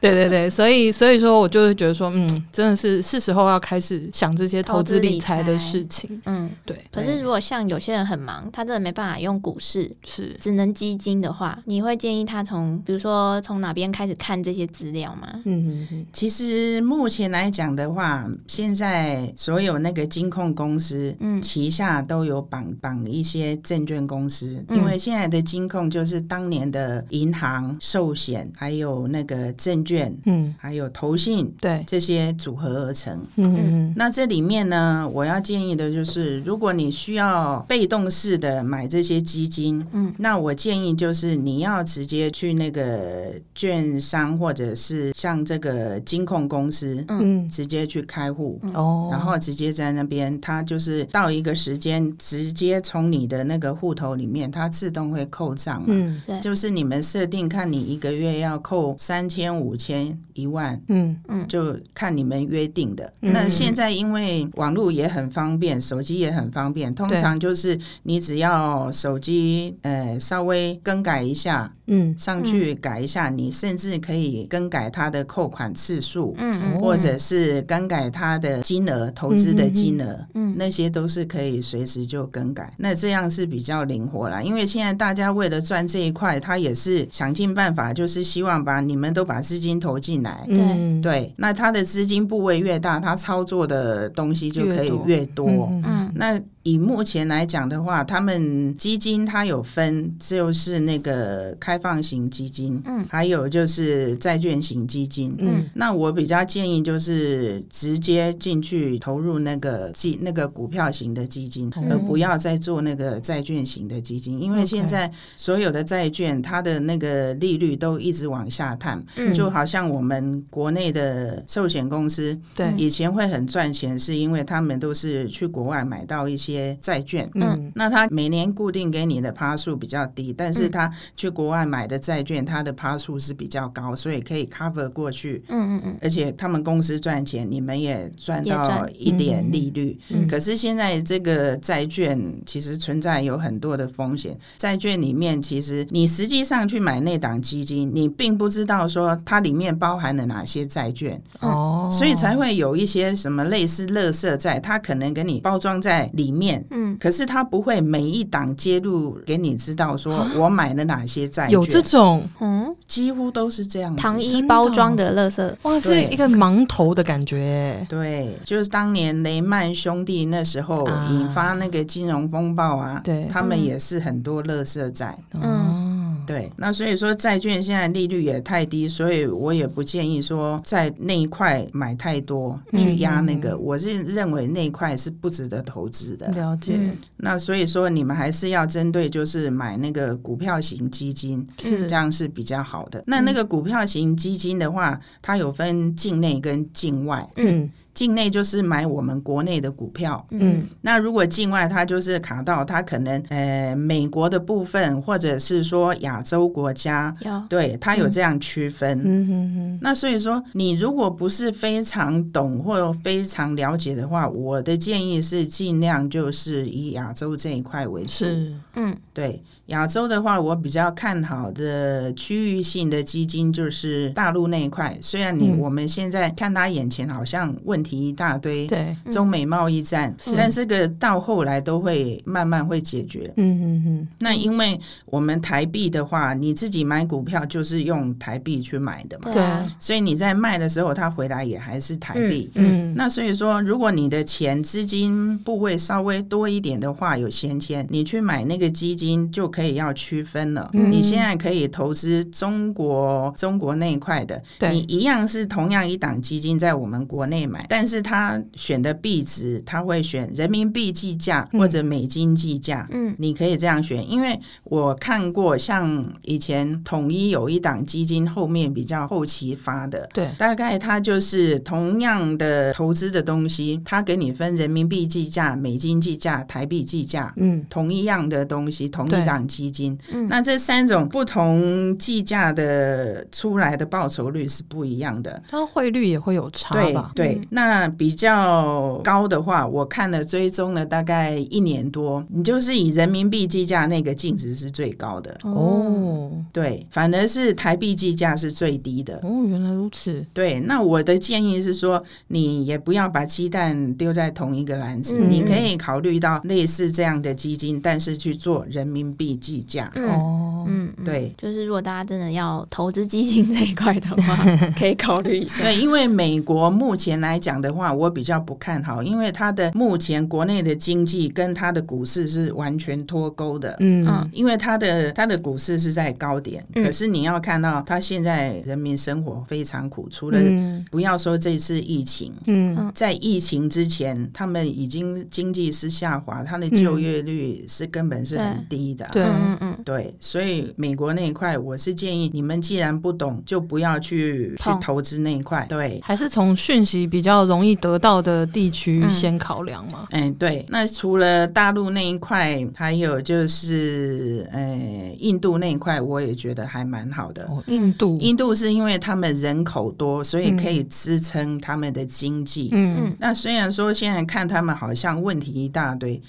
[SPEAKER 1] 对对对，所以所以说我就会觉得说，嗯，真的是是时候要开始想这些投资理财的事情。
[SPEAKER 2] 嗯，
[SPEAKER 1] 对，
[SPEAKER 2] 可是如果像有些人很忙，他真的没办法用股市，
[SPEAKER 1] 是
[SPEAKER 2] 只能基金的话，你会建议他从比如说从哪边开始看这些资料吗？
[SPEAKER 1] 嗯嗯嗯
[SPEAKER 3] 其实目前来讲的话，现在所有那个金控公司，
[SPEAKER 2] 嗯
[SPEAKER 3] 旗下都有绑绑一些证券公司，
[SPEAKER 2] 嗯
[SPEAKER 3] 因为现在的金金控就是当年的银行、寿险，还有那个证券，
[SPEAKER 1] 嗯，
[SPEAKER 3] 还有投信
[SPEAKER 1] 对，
[SPEAKER 3] 这些组合而成。
[SPEAKER 1] 嗯嗯
[SPEAKER 3] 那这里面呢，我要建议的就是，如果你需要被动式的买这些基金，
[SPEAKER 2] 嗯，
[SPEAKER 3] 那我建议就是你要直接去那个券商或者是像这个金控公司，
[SPEAKER 1] 嗯，
[SPEAKER 3] 直接去开户。
[SPEAKER 1] 嗯哦，
[SPEAKER 3] 然后直接在那边，它就是到一个时间，直接从你的那个户头里面，它自动会扣账嘛。
[SPEAKER 1] 嗯
[SPEAKER 2] 对，
[SPEAKER 3] 就是你们设定，看你一个月要扣三千、五千、一万，
[SPEAKER 1] 嗯
[SPEAKER 2] 嗯，
[SPEAKER 3] 就看你们约定的。
[SPEAKER 1] 嗯
[SPEAKER 3] 那现在因为网络也很方便，手机也很方便，通
[SPEAKER 1] 对
[SPEAKER 3] 常就是你只要手机呃稍微更改一下，
[SPEAKER 1] 嗯
[SPEAKER 3] 上去改一下，你甚至可以更改它的扣款次数。
[SPEAKER 2] 嗯嗯
[SPEAKER 3] 或者是更改它的金额，投资的金额，
[SPEAKER 2] 嗯，
[SPEAKER 3] 那些都是可以随时就更改。那这样是比较灵活啦，因为现在大家为了赚这一块，他也是想尽办法，就是希望把你们都把资金投进来。
[SPEAKER 1] 嗯，
[SPEAKER 3] 对，那他的资金部位越大，他操作的东西就可以越多。
[SPEAKER 1] 嗯
[SPEAKER 2] 嗯
[SPEAKER 3] 那以目前来讲的话，他们基金它有分，就是那个开放型基金，
[SPEAKER 2] 嗯
[SPEAKER 3] 还有就是债券型基金，
[SPEAKER 1] 嗯
[SPEAKER 3] 那我比较建议就是直接进去投入那个基那个股票型的基金，
[SPEAKER 1] 嗯
[SPEAKER 3] 而不要再做那个债券型的基金，因为
[SPEAKER 1] OK
[SPEAKER 3] 现在所有的债券它的那个利率都一直往下探，
[SPEAKER 2] 嗯
[SPEAKER 3] 就好像我们国内的寿险公司
[SPEAKER 1] 对，
[SPEAKER 3] 以前会很赚钱，是因为他们都是去国外买到一些债券。
[SPEAKER 1] 嗯
[SPEAKER 3] 那它每年固定给你的趴数比较低，但是它去国外买的债券，它的趴数是比较高，所以可以 cover 过去。
[SPEAKER 2] 嗯嗯嗯，
[SPEAKER 3] 而且他们公司赚钱，你们也赚
[SPEAKER 2] 也
[SPEAKER 3] 到
[SPEAKER 2] 赚
[SPEAKER 3] 一点利率。
[SPEAKER 1] 嗯
[SPEAKER 3] 可是现在这个债券其实存在有很多的风险，债券里面其实你实际上去买那档基金，你并不知道说它里面包含了哪些债券，
[SPEAKER 1] 哦，
[SPEAKER 3] 所以才会有一些什么类似垃圾债，它可能给你包装在里面。
[SPEAKER 2] 嗯
[SPEAKER 3] 可是它不会每一档揭露给你知道，说我买了哪些债券，
[SPEAKER 1] 啊有这种
[SPEAKER 2] 嗯，
[SPEAKER 3] 几乎都是这样子。
[SPEAKER 2] 糖衣包装的垃圾，
[SPEAKER 1] 哇，是一个盲头的感觉，
[SPEAKER 3] 对，就是当年雷曼兄弟那时候
[SPEAKER 1] 啊
[SPEAKER 3] 引发那个金融风暴啊，
[SPEAKER 1] 对
[SPEAKER 3] 他们也是很多垃圾债。
[SPEAKER 1] 嗯，
[SPEAKER 3] 对，那所以说债券现在利率也太低，所以我也不建议说在那一块买太多
[SPEAKER 1] 嗯
[SPEAKER 3] 去压那个，我是认为那一块是不值得投资的。
[SPEAKER 1] 了解，
[SPEAKER 2] 嗯
[SPEAKER 3] 那所以说你们还是要针对就是买那个股票型基金，
[SPEAKER 1] 是
[SPEAKER 3] 这样是比较好
[SPEAKER 1] 嗯
[SPEAKER 3] 的。那那个股票型基金的话，它有分境内跟境外。
[SPEAKER 1] 嗯
[SPEAKER 3] 境内就是买我们国内的股票，
[SPEAKER 1] 嗯
[SPEAKER 3] 那如果境外它就是卡到它可能呃美国的部分，或者是说亚洲国家，
[SPEAKER 2] 有
[SPEAKER 3] 对它有这样区分。
[SPEAKER 1] 嗯嗯
[SPEAKER 3] 那所以说，你如果不是非常懂或非常了解的话，我的建议是尽量就是以亚洲这一块为
[SPEAKER 1] 嗯，
[SPEAKER 3] 主。
[SPEAKER 1] 是
[SPEAKER 2] 嗯
[SPEAKER 3] 对亚洲的话，我比较看好的区域性的基金就是大陆那一块。虽然你、
[SPEAKER 1] 嗯
[SPEAKER 3] 我们现在看它眼前好像问题一大堆，
[SPEAKER 1] 对，
[SPEAKER 2] 嗯
[SPEAKER 3] 中美贸易战，
[SPEAKER 1] 是
[SPEAKER 3] 但这个到后来都会慢慢会解决。
[SPEAKER 1] 嗯嗯嗯，
[SPEAKER 3] 那因为我们台币的话，你自己买股票就是用台币去买的嘛，
[SPEAKER 2] 对啊，
[SPEAKER 3] 所以你在卖的时候，它回来也还是台币。
[SPEAKER 1] 嗯，
[SPEAKER 3] 那所以说，如果你的钱资金部位稍微多一点的话，有闲钱，你去买那个基金就可以要区分了。
[SPEAKER 1] 嗯
[SPEAKER 3] 你现在可以投资中国中国那一块的，你
[SPEAKER 1] 对，
[SPEAKER 3] 一样是同样一档基金在我们国内买，但是他选的币值，他会选人民币计价
[SPEAKER 1] 嗯
[SPEAKER 3] 或者美金计价。
[SPEAKER 2] 嗯
[SPEAKER 3] 你可以这样选，因为我看过，像以前统一有一档基金，后面比较后期发的，
[SPEAKER 1] 对，
[SPEAKER 3] 大概它就是同样的投资的东西，它给你分人民币计价、美金计价、台币计价，
[SPEAKER 1] 嗯
[SPEAKER 3] 同一样的东西，同一
[SPEAKER 1] 对
[SPEAKER 3] 档基金，
[SPEAKER 2] 嗯
[SPEAKER 3] 那这三种不同计价的出来的报酬率是不一样的。
[SPEAKER 1] 它汇率也会有差
[SPEAKER 3] 对
[SPEAKER 1] 吧？
[SPEAKER 3] 对
[SPEAKER 2] 嗯，
[SPEAKER 3] 那比较高的话，我看了追踪了大概一年多，你就是以人民币计价那个净值是最高的，
[SPEAKER 2] 嗯
[SPEAKER 1] 哦
[SPEAKER 3] 对，反而是台币计价是最低的。
[SPEAKER 1] 哦，原来如此，
[SPEAKER 3] 对，那我的建议是说，你也不要把鸡蛋丢在同一个篮子，
[SPEAKER 2] 嗯
[SPEAKER 3] 你可以考虑到类似这样的基金，但是去做人民币计价。
[SPEAKER 2] 嗯
[SPEAKER 1] 哦，
[SPEAKER 2] 嗯，嗯
[SPEAKER 3] 对
[SPEAKER 2] 就是如果大家 真的要投资基金这一块的话，可以考虑一下。
[SPEAKER 3] 对，因为美国目前来讲的话，我比较不看好，因为它的目前国内的经济跟它的股市是完全脱钩的。
[SPEAKER 1] 嗯
[SPEAKER 2] 嗯
[SPEAKER 3] 因为它的它的股市是在高点，
[SPEAKER 2] 嗯
[SPEAKER 3] 可是你要看到它现在人民生活非常苦，除了
[SPEAKER 1] 嗯
[SPEAKER 3] 不要说这次疫情，
[SPEAKER 1] 嗯
[SPEAKER 3] 在疫情之前，他们已经经济是下滑，它的就业率是根本是很低的。
[SPEAKER 1] 嗯对
[SPEAKER 2] 嗯嗯
[SPEAKER 3] 对所以美国那一块，我是建议你们既然不懂，就不要去去
[SPEAKER 2] 碰
[SPEAKER 3] 投资那一块。对，
[SPEAKER 1] 还是从讯息比较容易得到的地区
[SPEAKER 2] 嗯
[SPEAKER 1] 先考量嘛。
[SPEAKER 3] 嗯，对。那除了大陆那一块，还有就是呃，印度那一块，我也觉得还蛮好的。
[SPEAKER 1] 哦，印度，
[SPEAKER 3] 印度是因为他们人口多，所以可以支撑他们的经济。
[SPEAKER 1] 嗯，
[SPEAKER 2] 嗯
[SPEAKER 3] 那虽然说现在看他们好像问题一 大堆，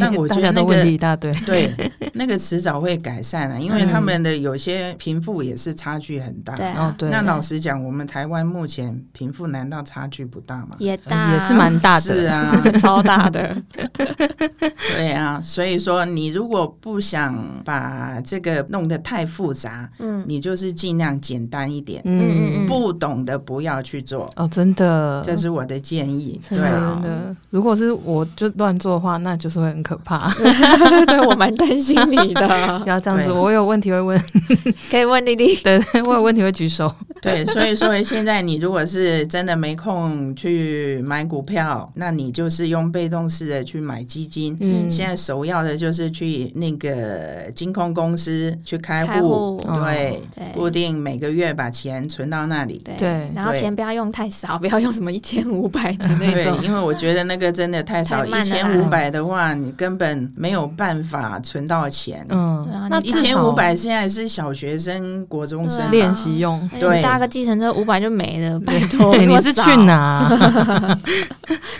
[SPEAKER 3] 但我
[SPEAKER 1] 大
[SPEAKER 3] 觉得
[SPEAKER 1] 家
[SPEAKER 3] 那
[SPEAKER 1] 都问题
[SPEAKER 3] 个
[SPEAKER 1] 一大堆。
[SPEAKER 3] 对那个迟早会改善啊，因为他们的有些贫富也是差距很大。
[SPEAKER 2] 嗯，对
[SPEAKER 1] 哦
[SPEAKER 2] 啊，，
[SPEAKER 1] 嗯对，
[SPEAKER 3] 那老实讲，我们台湾目前贫富难道差距不大吗？
[SPEAKER 2] 也
[SPEAKER 1] 呃
[SPEAKER 2] 大
[SPEAKER 1] 也是蛮大
[SPEAKER 3] 是
[SPEAKER 1] 的。
[SPEAKER 3] 啊，
[SPEAKER 2] 超大的，
[SPEAKER 3] 对啊，所以说你如果不想把这个弄得太复杂，
[SPEAKER 2] 嗯
[SPEAKER 3] 你就是尽量简单一点，
[SPEAKER 2] 嗯嗯嗯
[SPEAKER 3] 不懂的不要去做。
[SPEAKER 1] 哦，真的，
[SPEAKER 3] 这是我的建议，
[SPEAKER 2] 真
[SPEAKER 3] 对
[SPEAKER 1] 真的
[SPEAKER 2] 啊
[SPEAKER 1] 真的。如果是我就乱做的话，那就是会很可怕。嗯
[SPEAKER 2] 对我蛮担心你
[SPEAKER 1] 不
[SPEAKER 2] 的，
[SPEAKER 1] 要这样子，
[SPEAKER 3] 对
[SPEAKER 1] 我有问题会问，
[SPEAKER 2] 可以问丽丽。
[SPEAKER 1] 对，我有问题会举手。
[SPEAKER 3] 对，所以说现在你如果是真的没空去买股票，那你就是用被动式的去买基金。
[SPEAKER 1] 嗯，
[SPEAKER 3] 现在首要的就是去那个金控公司去开户，
[SPEAKER 2] 开户哦
[SPEAKER 3] 对，
[SPEAKER 2] 对
[SPEAKER 3] 固定每个月把钱存到那里。
[SPEAKER 2] 对
[SPEAKER 1] 哦对
[SPEAKER 2] 然后
[SPEAKER 3] 对
[SPEAKER 2] 钱不要用太少，不要用什么一千五百的那
[SPEAKER 3] 对
[SPEAKER 2] 种，，
[SPEAKER 3] 因为我觉得那个真的太少，
[SPEAKER 2] 太
[SPEAKER 3] 一
[SPEAKER 2] 慢了
[SPEAKER 3] 千
[SPEAKER 2] 啦
[SPEAKER 3] 五百的话，你根本没有办法存到钱。
[SPEAKER 2] 对
[SPEAKER 1] 嗯
[SPEAKER 2] 啊，
[SPEAKER 1] 那
[SPEAKER 2] 你
[SPEAKER 3] 一
[SPEAKER 1] 至
[SPEAKER 3] 千
[SPEAKER 1] 少
[SPEAKER 3] 五百现在是小学生、国中生
[SPEAKER 2] 对啊
[SPEAKER 3] 嘛
[SPEAKER 1] 练习用。
[SPEAKER 2] 哎
[SPEAKER 3] 对
[SPEAKER 2] 你搭个计程车五百就没 了，拜托，
[SPEAKER 1] 对
[SPEAKER 2] 哦那
[SPEAKER 1] 你
[SPEAKER 2] 么
[SPEAKER 1] 是
[SPEAKER 2] 少
[SPEAKER 1] 去？哪？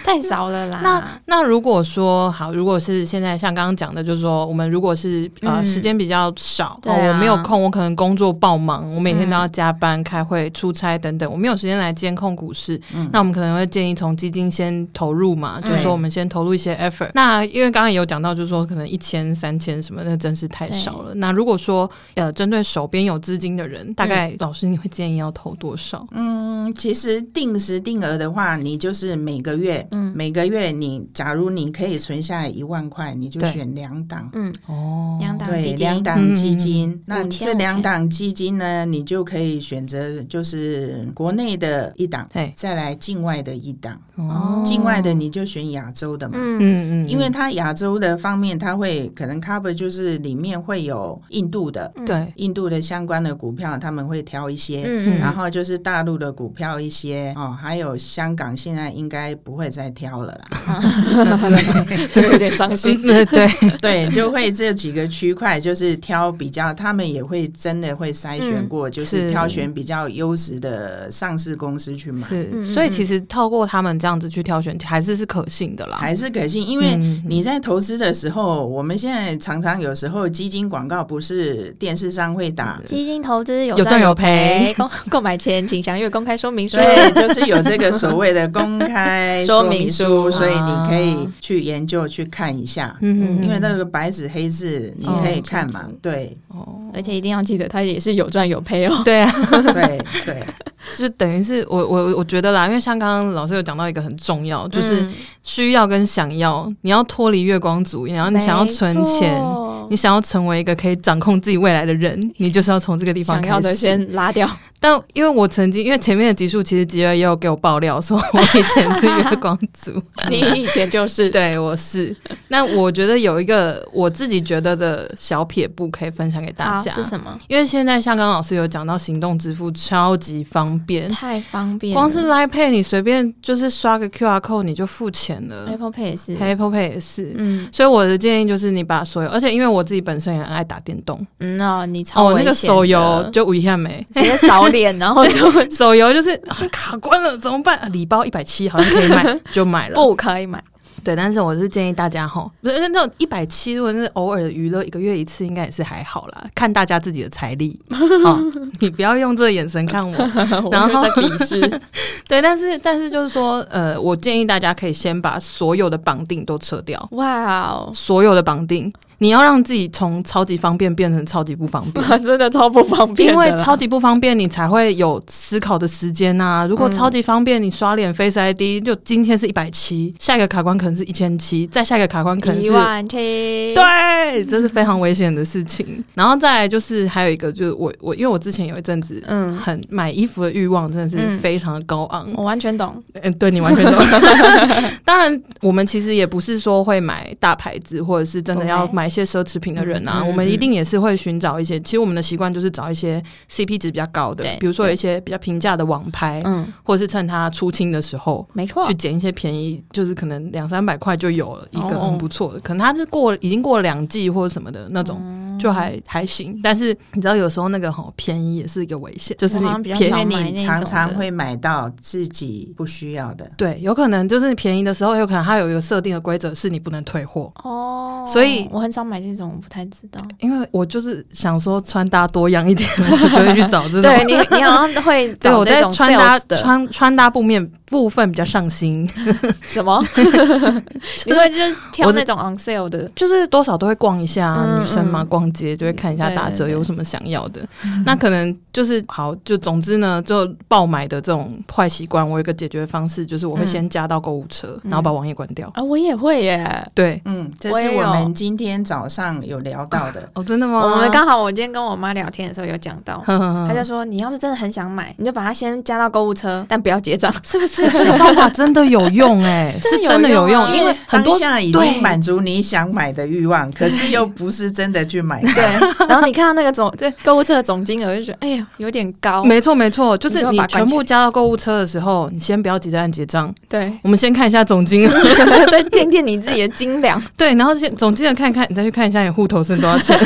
[SPEAKER 2] 太少了啦。
[SPEAKER 1] 那如果说好，如果是现在像刚刚讲的，就是说我们如果是呃
[SPEAKER 2] 嗯
[SPEAKER 1] 时间比较少，
[SPEAKER 2] 对
[SPEAKER 1] 哦，
[SPEAKER 2] 啊
[SPEAKER 1] 我没有空，我可能工作爆忙，我每天
[SPEAKER 2] 嗯
[SPEAKER 1] 都要加班、开会、出差等等，我没有时间来监控股市。
[SPEAKER 3] 嗯
[SPEAKER 1] 那我们可能会建议从基金先投入嘛，
[SPEAKER 2] 嗯
[SPEAKER 1] 就是说我们先投入一些 effort。那因为刚刚也有讲到，就是说可能一千、三千什么，那真是太少了。那如果说呃针对手边有资金的人，大概老师你会建议要投多少？
[SPEAKER 3] 嗯，其实定时定额的话，你就是每个月，
[SPEAKER 2] 嗯
[SPEAKER 3] 每个月你假如你可以存下来一万块，你就
[SPEAKER 1] 对
[SPEAKER 3] 选两档，
[SPEAKER 2] 嗯，
[SPEAKER 1] 哦，
[SPEAKER 2] 两档基
[SPEAKER 3] 对，
[SPEAKER 2] 金
[SPEAKER 3] 两档基金。
[SPEAKER 2] 嗯
[SPEAKER 3] 那
[SPEAKER 2] 五千
[SPEAKER 3] 这两档基金呢，你就可以选择就是国内的一档，
[SPEAKER 1] 对，
[SPEAKER 3] 再来境外的一档，
[SPEAKER 1] 哦，
[SPEAKER 3] 境外的你就选亚洲的嘛。
[SPEAKER 2] 嗯
[SPEAKER 1] 嗯嗯，
[SPEAKER 3] 因为它亚洲的方面，它会可能 cover 就是里面会有印度的，
[SPEAKER 2] 嗯
[SPEAKER 1] 对，
[SPEAKER 3] 印度的相关的股票，他们会挑一些，
[SPEAKER 2] 嗯
[SPEAKER 3] 然
[SPEAKER 1] 啊
[SPEAKER 2] 嗯
[SPEAKER 3] 后就是大陆的股票一些哦，还有香港现在应该不会再挑了啦。
[SPEAKER 2] 嗯，这个有点伤心。
[SPEAKER 1] 嗯 对，
[SPEAKER 3] 对，就会这几个区块就是挑比较，他们也会真的会筛选过，就是
[SPEAKER 1] 是
[SPEAKER 3] 挑选比较优质的上市公司去买，
[SPEAKER 1] 是，
[SPEAKER 2] 嗯
[SPEAKER 1] 所以
[SPEAKER 2] 嗯
[SPEAKER 1] 其实透过他们这样子去挑选，还是是可信的啦。
[SPEAKER 3] 还是可信，因为。
[SPEAKER 1] 嗯
[SPEAKER 3] 你在投资的时候，我们现在常常有时候基金广告不是电视上会打，
[SPEAKER 2] 基金投资有
[SPEAKER 1] 有赚
[SPEAKER 2] 赚
[SPEAKER 1] 有
[SPEAKER 2] 有
[SPEAKER 1] 赔
[SPEAKER 2] 赔，购购买前请详阅公开 说明书。
[SPEAKER 3] 对，就是有这个所谓的公开
[SPEAKER 2] 说
[SPEAKER 3] 说明
[SPEAKER 2] 明书
[SPEAKER 3] 书，所以你可以去研究去看一下。
[SPEAKER 1] 啊嗯
[SPEAKER 3] 因为那个白纸黑字你可以看嘛，对
[SPEAKER 1] 哦，
[SPEAKER 2] 而且一定要记得，它也是有赚有赔哦。
[SPEAKER 1] 对啊，
[SPEAKER 3] 对对，
[SPEAKER 1] 就等于是我我我觉得啦，因为像刚刚老师有讲到一个很重要，就是
[SPEAKER 2] 嗯
[SPEAKER 1] 需要跟想要，你要脱离月光族，然后你想要存钱
[SPEAKER 2] 没。错
[SPEAKER 1] 你想要成为一个可以掌控自己未来的 人，你就是要从这个地方
[SPEAKER 2] 想
[SPEAKER 1] 开始。
[SPEAKER 2] 要的先拉 掉。
[SPEAKER 1] 但因为我曾经，因为前面的集数其实吉儿也有给我爆料说，我以前是月光族，
[SPEAKER 2] 你以前就是
[SPEAKER 1] 对，我是。那我觉得有一个我自己觉得的小撇步可以分享给大
[SPEAKER 2] 好
[SPEAKER 1] 家，
[SPEAKER 2] 是什么？
[SPEAKER 1] 因为现在像刚刚老师有讲到，行动支付超级方便，
[SPEAKER 2] 太方便了，
[SPEAKER 1] 光是 Line Pay 你随便就是刷个 QR code 你就付钱了
[SPEAKER 2] Apple Pay 也是，
[SPEAKER 1] ，Apple Pay 也是。
[SPEAKER 2] 嗯
[SPEAKER 1] 所以我的建议就是，你把所有，而且因为我自己本身也很爱打电动，
[SPEAKER 2] 嗯哦，你超
[SPEAKER 1] 哦，那个
[SPEAKER 2] 危险的
[SPEAKER 1] 手游就无遗憾没，
[SPEAKER 2] 直接扫脸， 然后就
[SPEAKER 1] 手游就是、啊卡关了怎么办？啊礼包一百七好像可以 买，就买了。
[SPEAKER 2] 不可以买。
[SPEAKER 1] 哦对，但是我是建议大家吼，不是那种一百七，如果是偶尔娱乐一个月一次，应该也是还好啦，看大家自己的财 力啊、你不要用这个眼神看我。 然后
[SPEAKER 2] 我又在鄙视，
[SPEAKER 1] 对，但是但是就是说，呃，我建议大家可以先把所有的绑定都撤掉，
[SPEAKER 2] 哇哦，
[SPEAKER 1] 所有的绑定，你要让自己从超级方便变成超级不方 便。
[SPEAKER 2] 真的超不方便
[SPEAKER 1] 因
[SPEAKER 2] 的啦，
[SPEAKER 1] 为超级不方便，你才会有思考的时间啊。如
[SPEAKER 2] 嗯
[SPEAKER 1] 果超级方便，你刷脸 Face ID 就今天是一百七，下一个卡关可能是一千七，再下一个卡关可能
[SPEAKER 2] 一
[SPEAKER 1] 是
[SPEAKER 2] 万七，
[SPEAKER 1] 对，这是非常危险的事情。然后再来就是还有一个，就是我我因为我之前有一阵子
[SPEAKER 2] 嗯，
[SPEAKER 1] 很买衣服的欲望真的是
[SPEAKER 2] 嗯
[SPEAKER 1] 非常的高昂，
[SPEAKER 2] 我完全懂，
[SPEAKER 1] 嗯，对你完全懂。 当然，我们其实也不是说会买大牌子，或者是真的要
[SPEAKER 2] OK
[SPEAKER 1] 买一些奢侈品的人啊。
[SPEAKER 2] 嗯嗯
[SPEAKER 1] 我们一定也是会寻找一些，其实我们的习惯就是找一些 CP 值比较高的
[SPEAKER 2] 对，
[SPEAKER 1] 比如说有一些比较平价的网拍，
[SPEAKER 2] 嗯，
[SPEAKER 1] 或者是趁它出清的时候。
[SPEAKER 2] 没错
[SPEAKER 1] 去，捡一些便宜，就是可能两三百块就有了一个
[SPEAKER 2] 哦
[SPEAKER 1] 很不错的，可能它是过已经过了两季或者什么的那
[SPEAKER 2] 哦
[SPEAKER 1] 种，就还还行。但是你知道，有时候那个吼便宜也是一个危险，就是
[SPEAKER 2] 我
[SPEAKER 1] 你
[SPEAKER 2] 好像比较
[SPEAKER 1] 便
[SPEAKER 2] 少
[SPEAKER 1] 宜
[SPEAKER 2] 买
[SPEAKER 3] 因
[SPEAKER 2] 那
[SPEAKER 3] 为
[SPEAKER 2] 种
[SPEAKER 3] 你
[SPEAKER 2] 的
[SPEAKER 3] 常常会买到自己不需要的。
[SPEAKER 1] 对，有可能就是便宜的时候，有可能它有一个设定的规则是你不能退货。
[SPEAKER 2] 哦，
[SPEAKER 1] 所以
[SPEAKER 2] 我很少买这种，我不太知道。
[SPEAKER 1] 因为我就是想说穿搭多样一点， 我就会去找 这种。
[SPEAKER 2] 你，你好像会
[SPEAKER 1] 对，我
[SPEAKER 2] 找这
[SPEAKER 1] 在
[SPEAKER 2] 种
[SPEAKER 1] 穿搭
[SPEAKER 2] sales 的
[SPEAKER 1] 穿穿搭部面部分比较上心，
[SPEAKER 2] 什 么？你会就是挑那种 on sale 的，
[SPEAKER 1] 就是多少都会逛一下、啊
[SPEAKER 2] 嗯
[SPEAKER 1] 女生嘛，
[SPEAKER 2] 嗯
[SPEAKER 1] 逛街就会看一下
[SPEAKER 2] 对
[SPEAKER 1] 打
[SPEAKER 2] 对
[SPEAKER 1] 折
[SPEAKER 2] 对
[SPEAKER 1] 有什么想要 的。那可能就是好，就总之呢，就爆买的这种坏习惯，我有一个解决方式，就是我会
[SPEAKER 2] 嗯
[SPEAKER 1] 先加到购物车，
[SPEAKER 2] 嗯
[SPEAKER 1] 然后把网页关掉。
[SPEAKER 2] 啊，我也会耶。
[SPEAKER 1] 对，。
[SPEAKER 3] 嗯，这
[SPEAKER 2] 我
[SPEAKER 3] 是
[SPEAKER 2] 也
[SPEAKER 3] 我
[SPEAKER 2] 有
[SPEAKER 3] 们今天早上有聊到的
[SPEAKER 1] 哦，真的吗？
[SPEAKER 2] 我们刚好，我今天跟我妈聊天的时候有讲到，
[SPEAKER 1] 呵呵呵，
[SPEAKER 2] 她就说你要是真的很想买，你就把它先加到购物车，但不要结 账。
[SPEAKER 1] 是不是这个方法真的有用、哎，是
[SPEAKER 2] 真的有
[SPEAKER 1] 真的有
[SPEAKER 2] 用
[SPEAKER 1] 用，
[SPEAKER 2] 啊
[SPEAKER 1] 因为很多
[SPEAKER 3] 当下已
[SPEAKER 1] 对
[SPEAKER 3] 经满足你想买的欲望，可是又不是真的去买。
[SPEAKER 2] 对，然后你看到那个总购物车的总金额，就觉得哎呀有点高。
[SPEAKER 1] 没错，没错，就是
[SPEAKER 2] 你就
[SPEAKER 1] 你
[SPEAKER 2] 把它关
[SPEAKER 1] 全
[SPEAKER 2] 起
[SPEAKER 1] 部
[SPEAKER 2] 来
[SPEAKER 1] 加到购物车的时候，你先不要急着按结账，，
[SPEAKER 2] 对
[SPEAKER 1] 我们先看一下总金额，
[SPEAKER 2] 再垫垫你自己的斤两。
[SPEAKER 1] 对，然后先总金额看一看，你再去看一下你户头剩多少钱。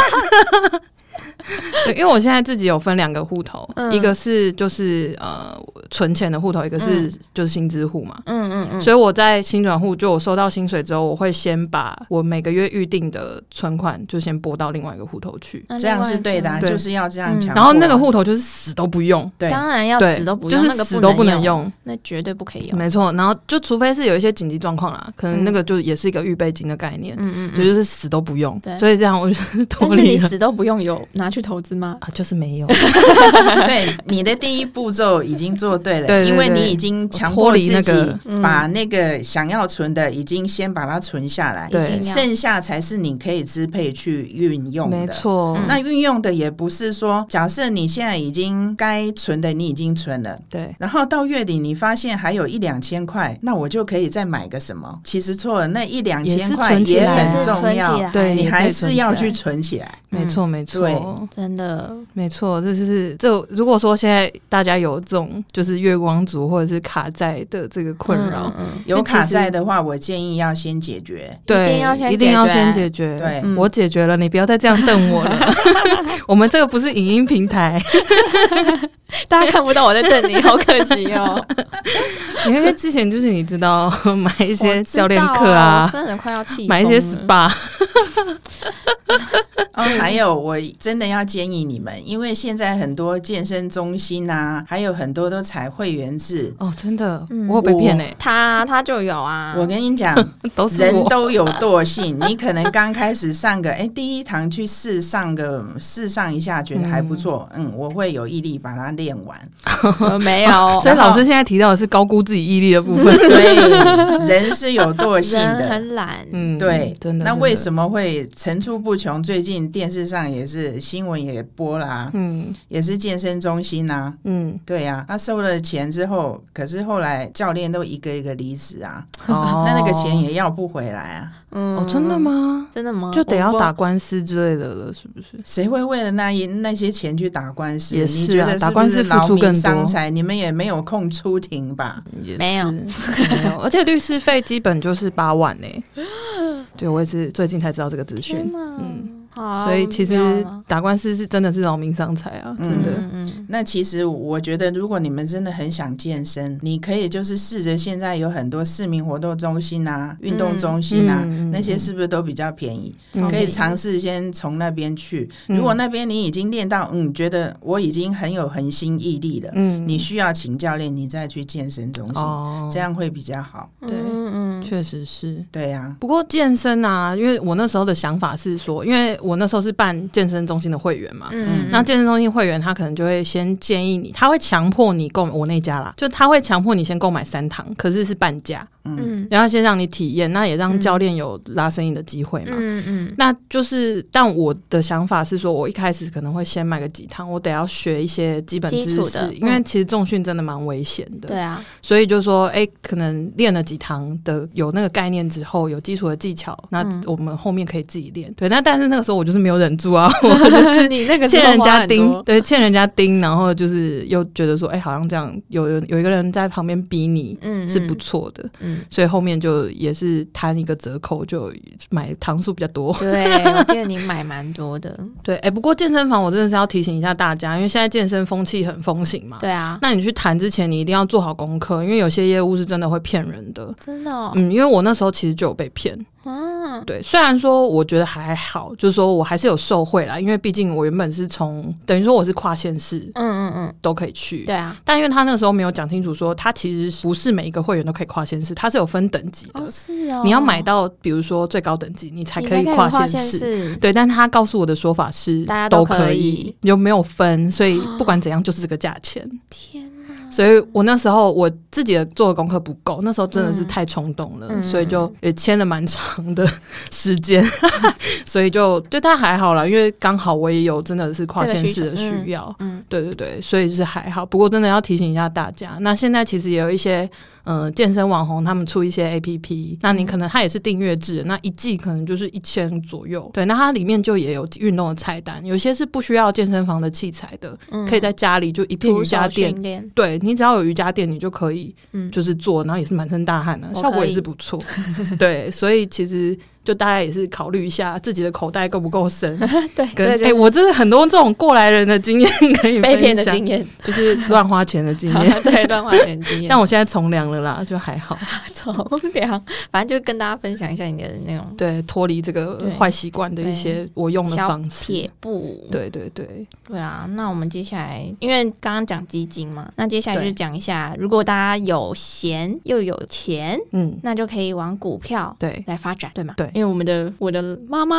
[SPEAKER 1] 对，因为我现在自己有分两个户头，
[SPEAKER 2] 嗯
[SPEAKER 1] 一个是就是呃存钱的户头，一个是就是薪资户嘛。
[SPEAKER 2] 嗯嗯嗯，
[SPEAKER 1] 所以我在薪转户，就我收到薪水之后，我会先把我每个月预定的存款就先拨到另外一个户头去，
[SPEAKER 2] 那
[SPEAKER 3] 这样
[SPEAKER 2] 另外
[SPEAKER 3] 是对的啊，
[SPEAKER 1] 对
[SPEAKER 3] 就是要这样强迫啊。
[SPEAKER 1] 然后那个户头就是死都不用，
[SPEAKER 3] 对，
[SPEAKER 2] 当然要
[SPEAKER 1] 对，
[SPEAKER 2] 死都不
[SPEAKER 1] 就
[SPEAKER 2] 用，
[SPEAKER 1] 是
[SPEAKER 2] 那个
[SPEAKER 1] 死都不能
[SPEAKER 2] 用，
[SPEAKER 1] 用。
[SPEAKER 2] 那绝对不可以用。
[SPEAKER 1] 没错，然后就除非是有一些紧急状况啦，可能那个就也是一个预备金的概念，
[SPEAKER 2] 嗯嗯
[SPEAKER 1] 对，
[SPEAKER 2] 嗯。
[SPEAKER 1] 就是死都不用
[SPEAKER 2] 对，
[SPEAKER 1] 所以这样我就是
[SPEAKER 2] 但
[SPEAKER 1] 脱
[SPEAKER 2] 是你
[SPEAKER 1] 离了
[SPEAKER 2] 死都不用有拿去投资吗？
[SPEAKER 1] 啊，就是没有
[SPEAKER 3] 对你的第一步骤已经做对了，
[SPEAKER 1] 对对
[SPEAKER 3] 因为
[SPEAKER 1] 对
[SPEAKER 3] 你已经强
[SPEAKER 1] 脱
[SPEAKER 3] 迫
[SPEAKER 1] 离那
[SPEAKER 3] 自己
[SPEAKER 1] 个
[SPEAKER 2] 嗯
[SPEAKER 3] 把那个想要存的已经先把它存下来，
[SPEAKER 1] 对
[SPEAKER 2] 一定要
[SPEAKER 3] 剩下才是你可以支配去运用的。
[SPEAKER 1] 没错，
[SPEAKER 2] 嗯
[SPEAKER 3] 那运用的也不是说，假设你现在已经该存的你已经存了。
[SPEAKER 1] 对，
[SPEAKER 3] 然后到月底，你发现还有一两千块，那我就可以再买个什么？其实错了，那一两千块
[SPEAKER 1] 也是存起
[SPEAKER 3] 也
[SPEAKER 1] 来
[SPEAKER 2] 也
[SPEAKER 3] 很
[SPEAKER 2] 是
[SPEAKER 3] 重
[SPEAKER 2] 存起来
[SPEAKER 3] 要，
[SPEAKER 1] 对
[SPEAKER 3] 你
[SPEAKER 1] 也
[SPEAKER 3] 还
[SPEAKER 1] 可以存
[SPEAKER 3] 是
[SPEAKER 1] 起
[SPEAKER 3] 要
[SPEAKER 1] 来
[SPEAKER 3] 去存起来。
[SPEAKER 2] 嗯
[SPEAKER 1] 没错，没
[SPEAKER 3] 对
[SPEAKER 1] 错。
[SPEAKER 2] 真的，
[SPEAKER 1] 没错，这就是这。如果说现在大家有这种就是月光族或者是卡债的这个困扰，
[SPEAKER 2] 嗯，嗯
[SPEAKER 3] 有
[SPEAKER 1] 那
[SPEAKER 3] 卡
[SPEAKER 1] 其实
[SPEAKER 3] 债的话，我建议要先解决。
[SPEAKER 1] 对，
[SPEAKER 2] 一定要先
[SPEAKER 1] 一定要
[SPEAKER 2] 解决
[SPEAKER 1] 先解决。
[SPEAKER 3] 对
[SPEAKER 2] 嗯
[SPEAKER 1] 我解决了，你不要再这样瞪我 了。 我们这个不是影音平台，
[SPEAKER 2] 嗯大家看不到我在瞪你，好可惜 哦。
[SPEAKER 1] 因为之前就是你知道 买一些
[SPEAKER 2] 我知
[SPEAKER 1] 教练
[SPEAKER 2] 道
[SPEAKER 1] 课
[SPEAKER 2] 我
[SPEAKER 1] 啊，
[SPEAKER 2] 真的快要气疯了。
[SPEAKER 1] 买一些 SPA，
[SPEAKER 3] 哦，
[SPEAKER 1] 嗯
[SPEAKER 3] 还有，我真的要建议你们，因为现在很多健身中心啊，还有很多都采会员制。
[SPEAKER 1] 哦，真的，
[SPEAKER 2] 嗯
[SPEAKER 1] 我有被骗哎、
[SPEAKER 2] 他他就有啊，
[SPEAKER 3] 我跟你讲，
[SPEAKER 1] 都是
[SPEAKER 3] 哦人
[SPEAKER 1] 嗯我。
[SPEAKER 3] 都有惰性，你可能刚开始上个哎第一堂去试上个试上一下，觉得还不错，嗯我会有毅力把它练 完。
[SPEAKER 2] 我呃没有
[SPEAKER 1] 所以老师现在提到的是高估自己毅力的部 分。
[SPEAKER 3] 对，人是有惰性
[SPEAKER 2] 人
[SPEAKER 3] 的。
[SPEAKER 2] 很懒，
[SPEAKER 1] 嗯，
[SPEAKER 3] 对，
[SPEAKER 1] 真的。
[SPEAKER 3] 那为什
[SPEAKER 1] 么？
[SPEAKER 3] 么会层出不穷？最近电视上也是新闻也播啦、
[SPEAKER 1] 嗯
[SPEAKER 3] 也是健身中心啊，
[SPEAKER 1] 嗯，
[SPEAKER 3] 对呀、他收了钱之后，可是后来教练都一个一个离职啊，
[SPEAKER 1] 哦
[SPEAKER 3] 那那个钱也要不回来啊，
[SPEAKER 2] 嗯
[SPEAKER 1] 哦，真的？吗？
[SPEAKER 2] 真的吗？
[SPEAKER 1] 就得要
[SPEAKER 2] 我不
[SPEAKER 1] 打官司之类的了，是不是？
[SPEAKER 3] 谁会为了那一那些钱去打官司？
[SPEAKER 1] 也
[SPEAKER 3] 你
[SPEAKER 1] 是
[SPEAKER 3] 觉
[SPEAKER 1] 啊
[SPEAKER 3] 得
[SPEAKER 1] 打
[SPEAKER 3] 是不
[SPEAKER 1] 官
[SPEAKER 3] 是
[SPEAKER 1] 司付
[SPEAKER 3] 劳
[SPEAKER 1] 出
[SPEAKER 3] 民
[SPEAKER 1] 更
[SPEAKER 3] 伤
[SPEAKER 1] 多
[SPEAKER 3] 财？你们也没有空出庭吧？
[SPEAKER 1] 也是
[SPEAKER 2] 没有
[SPEAKER 1] 没有，而且律师费基本就是八万呢、 对我也是最近才知道这个资讯
[SPEAKER 2] 天，哪，
[SPEAKER 1] 嗯
[SPEAKER 2] 好啊，
[SPEAKER 1] 所以其
[SPEAKER 2] 我
[SPEAKER 1] 实
[SPEAKER 2] 不要了
[SPEAKER 1] 打官司是真的是劳民伤财啊，
[SPEAKER 3] 嗯
[SPEAKER 1] 真的。
[SPEAKER 2] 嗯嗯
[SPEAKER 3] 那其实我觉得，如果你们真的很想健身，你可以就是试着现在有很多市民活动中心啊、运动中心啊，
[SPEAKER 1] 嗯嗯嗯
[SPEAKER 3] 那些是不是都比较便宜？
[SPEAKER 1] 嗯
[SPEAKER 3] 可以
[SPEAKER 2] 嗯
[SPEAKER 3] 尝试先从那边去。如果那边你已经练到，嗯，觉得我已经很有恒心毅力了，
[SPEAKER 1] 嗯
[SPEAKER 3] 你需要请教练，你再去健身中心，
[SPEAKER 1] 哦
[SPEAKER 3] 这样会比较好。
[SPEAKER 2] 嗯
[SPEAKER 1] 对
[SPEAKER 2] 嗯嗯
[SPEAKER 1] 确实是。
[SPEAKER 3] 对呀、
[SPEAKER 1] 不过健身啊，因为我那时候的想法是说，因为我那时候是办健身中心的会员嘛，
[SPEAKER 2] 嗯，
[SPEAKER 1] 那健身中心会员他可能就会先建议你，他会强迫你购买我那家啦，就他会强迫你先购买三堂，可是是半价，
[SPEAKER 2] 嗯
[SPEAKER 1] 然后先让你体验，那也让教练有拉生意的机会嘛。
[SPEAKER 2] 嗯嗯
[SPEAKER 1] 那就是，但我的想法是说，我一开始可能会先买个几堂，我得要学一些基本
[SPEAKER 2] 基
[SPEAKER 1] 知
[SPEAKER 2] 础
[SPEAKER 1] 识，
[SPEAKER 2] 的嗯
[SPEAKER 1] 因为其实重训真的蛮危险的。
[SPEAKER 2] 对啊，
[SPEAKER 1] 所以就说，哎、可能练了几堂的有那个概念之后，有基础的技巧，那
[SPEAKER 2] 嗯
[SPEAKER 1] 我们后面可以自己练。对，那但是那个时候我就是没有忍住 啊，我
[SPEAKER 2] 你那个
[SPEAKER 1] 欠人家盯，对，欠人家盯，然后就是又觉得说，哎、好像这样有有有一个人在旁边逼你
[SPEAKER 2] 嗯
[SPEAKER 1] 是不错的，
[SPEAKER 2] 嗯。
[SPEAKER 1] 所以后面就也是摊一个折扣，就买堂数比较多。
[SPEAKER 2] 对，我记得你买蛮多 的，
[SPEAKER 1] 对，哎、不过健身房我真的是要提醒一下大家，因为现在健身风气很风行嘛。
[SPEAKER 2] 对啊，
[SPEAKER 1] 那你去谈之前，你一定要做好功课，因为有些业务是真的会骗人的。
[SPEAKER 2] 真的哦，
[SPEAKER 1] 嗯，因为我那时候其实就有被骗，
[SPEAKER 2] 嗯，
[SPEAKER 1] 对，虽然说我觉得还好，就是说我还是有受贿啦，因为毕竟我原本是从等于说我是跨县市
[SPEAKER 2] 嗯嗯嗯，
[SPEAKER 1] 都可以去，
[SPEAKER 2] 对啊，
[SPEAKER 1] 但因为他那个时候没有讲清楚说他其实不是每一个会员都可以跨县市，他是有分等级的，
[SPEAKER 2] 哦是哦，
[SPEAKER 1] 你要买到比如说最高等级你才
[SPEAKER 2] 你
[SPEAKER 1] 可以
[SPEAKER 2] 跨
[SPEAKER 1] 县
[SPEAKER 2] 县市，
[SPEAKER 1] 对，但他告诉我的说法是
[SPEAKER 2] 大家
[SPEAKER 1] 都
[SPEAKER 2] 都
[SPEAKER 1] 可
[SPEAKER 2] 可
[SPEAKER 1] 以
[SPEAKER 2] 以，
[SPEAKER 1] 有没有分，所以不管怎样就是这个价钱。
[SPEAKER 2] 天哪，
[SPEAKER 1] 所以我那时候我自己的做的功课不够，那时候真的是
[SPEAKER 2] 嗯
[SPEAKER 1] 太冲动了，
[SPEAKER 2] 嗯
[SPEAKER 1] 所以就也签了蛮长的时间， 所以就对他还好啦，因为刚好我也有真的是跨县市的
[SPEAKER 2] 这个需求
[SPEAKER 1] 需要。
[SPEAKER 2] 嗯
[SPEAKER 1] 对对对，所以就是还好，不过真的要提醒一下大家。那现在其实也有一些嗯、呃健身网红，他们出一些 A P P，那你可能它也是订阅制，那一季可能就是一千左右。对，那它里面就也有运动的菜单，有些是不需要健身房的器材的，
[SPEAKER 2] 嗯，
[SPEAKER 1] 可以在家里就一片
[SPEAKER 2] 徒
[SPEAKER 1] 瑜伽
[SPEAKER 2] 手
[SPEAKER 1] 垫
[SPEAKER 2] 训练，
[SPEAKER 1] 对你只要有瑜伽垫，你就可以
[SPEAKER 2] 嗯，
[SPEAKER 1] 就是做，然后也是满身大汗的、啊
[SPEAKER 2] 我
[SPEAKER 1] 效果
[SPEAKER 2] 可
[SPEAKER 1] 也
[SPEAKER 2] 以
[SPEAKER 1] 是不 错。对，所以其实就大家也是考虑一下自己的口袋够不够 深。
[SPEAKER 2] 对，
[SPEAKER 1] 跟
[SPEAKER 2] 这
[SPEAKER 1] 哎、
[SPEAKER 2] 就
[SPEAKER 1] 我真的很多这种过来人的经验可以
[SPEAKER 2] 被
[SPEAKER 1] 分
[SPEAKER 2] 骗的
[SPEAKER 1] 享
[SPEAKER 2] 经验，
[SPEAKER 1] 就是乱花钱的经 验。
[SPEAKER 2] 对，乱花钱的 经验，
[SPEAKER 1] 但我现在从良了啦，就还好，
[SPEAKER 2] 从良，反正就跟大家分享一下你的那种
[SPEAKER 1] 对，脱离这个
[SPEAKER 2] 对
[SPEAKER 1] 坏习惯的一
[SPEAKER 2] 对
[SPEAKER 1] 些我用的
[SPEAKER 2] 小
[SPEAKER 1] 方式
[SPEAKER 2] 撇。步。
[SPEAKER 1] 对对对，
[SPEAKER 2] 对啊，那我们接下来，因为刚刚讲基金嘛，那接下来就
[SPEAKER 3] 对
[SPEAKER 2] 是讲一下，如果大家有闲又有钱，
[SPEAKER 1] 嗯，
[SPEAKER 2] 那就可以往股票
[SPEAKER 1] 对，
[SPEAKER 2] 来发展，对吗？
[SPEAKER 1] 对
[SPEAKER 2] 因为我们的我的妈 妈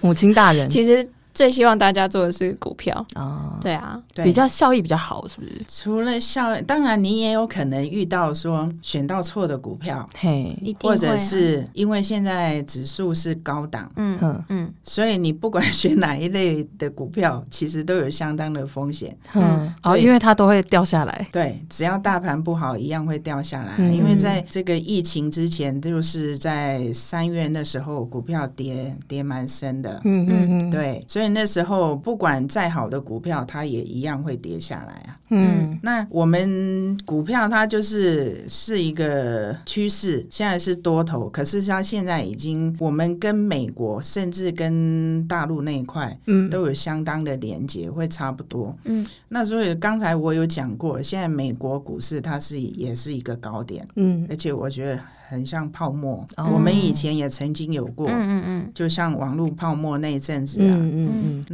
[SPEAKER 1] 母亲大人
[SPEAKER 2] 其实最希望大家做的是股票，
[SPEAKER 1] 啊，
[SPEAKER 2] 对啊，
[SPEAKER 3] 对，
[SPEAKER 1] 比较效益比较好，是不是？
[SPEAKER 3] 除了效，当然你也有可能遇到说选到错的股票，
[SPEAKER 1] 嘿，
[SPEAKER 2] 一定会、啊，
[SPEAKER 3] 嗯或者是因为现在指数是高档，
[SPEAKER 2] 嗯
[SPEAKER 1] 嗯
[SPEAKER 2] 嗯，
[SPEAKER 3] 所以你不管选哪一类的股票，其实都有相当的风险。
[SPEAKER 1] 嗯
[SPEAKER 2] 嗯，
[SPEAKER 1] 哦，
[SPEAKER 3] 对
[SPEAKER 1] 因为它都会掉下来。
[SPEAKER 3] 对，只要大盘不好，一样会掉下来。
[SPEAKER 1] 嗯
[SPEAKER 3] 因为在这个疫情之前，就是在三月那时候，股票跌跌蛮深的。
[SPEAKER 1] 嗯嗯嗯，
[SPEAKER 3] 对，所以那时候不管再好的股票，它也一样会跌下来啊。
[SPEAKER 1] 嗯
[SPEAKER 3] 那我们股票它就是是一个趋势，现在是多头，可是它现在已经我们跟美国甚至跟大陆那一块
[SPEAKER 1] 嗯，
[SPEAKER 3] 都有相当的连接，会差不多。
[SPEAKER 2] 嗯，
[SPEAKER 3] 那所以刚才我有讲过，现在美国股市它是也是一个高点，
[SPEAKER 1] 嗯
[SPEAKER 3] 而且我觉得很像泡沫，
[SPEAKER 1] 哦
[SPEAKER 3] 我们以前也曾经有过，
[SPEAKER 2] 嗯嗯嗯，
[SPEAKER 3] 就像网络泡沫那一阵子啊。
[SPEAKER 1] 嗯嗯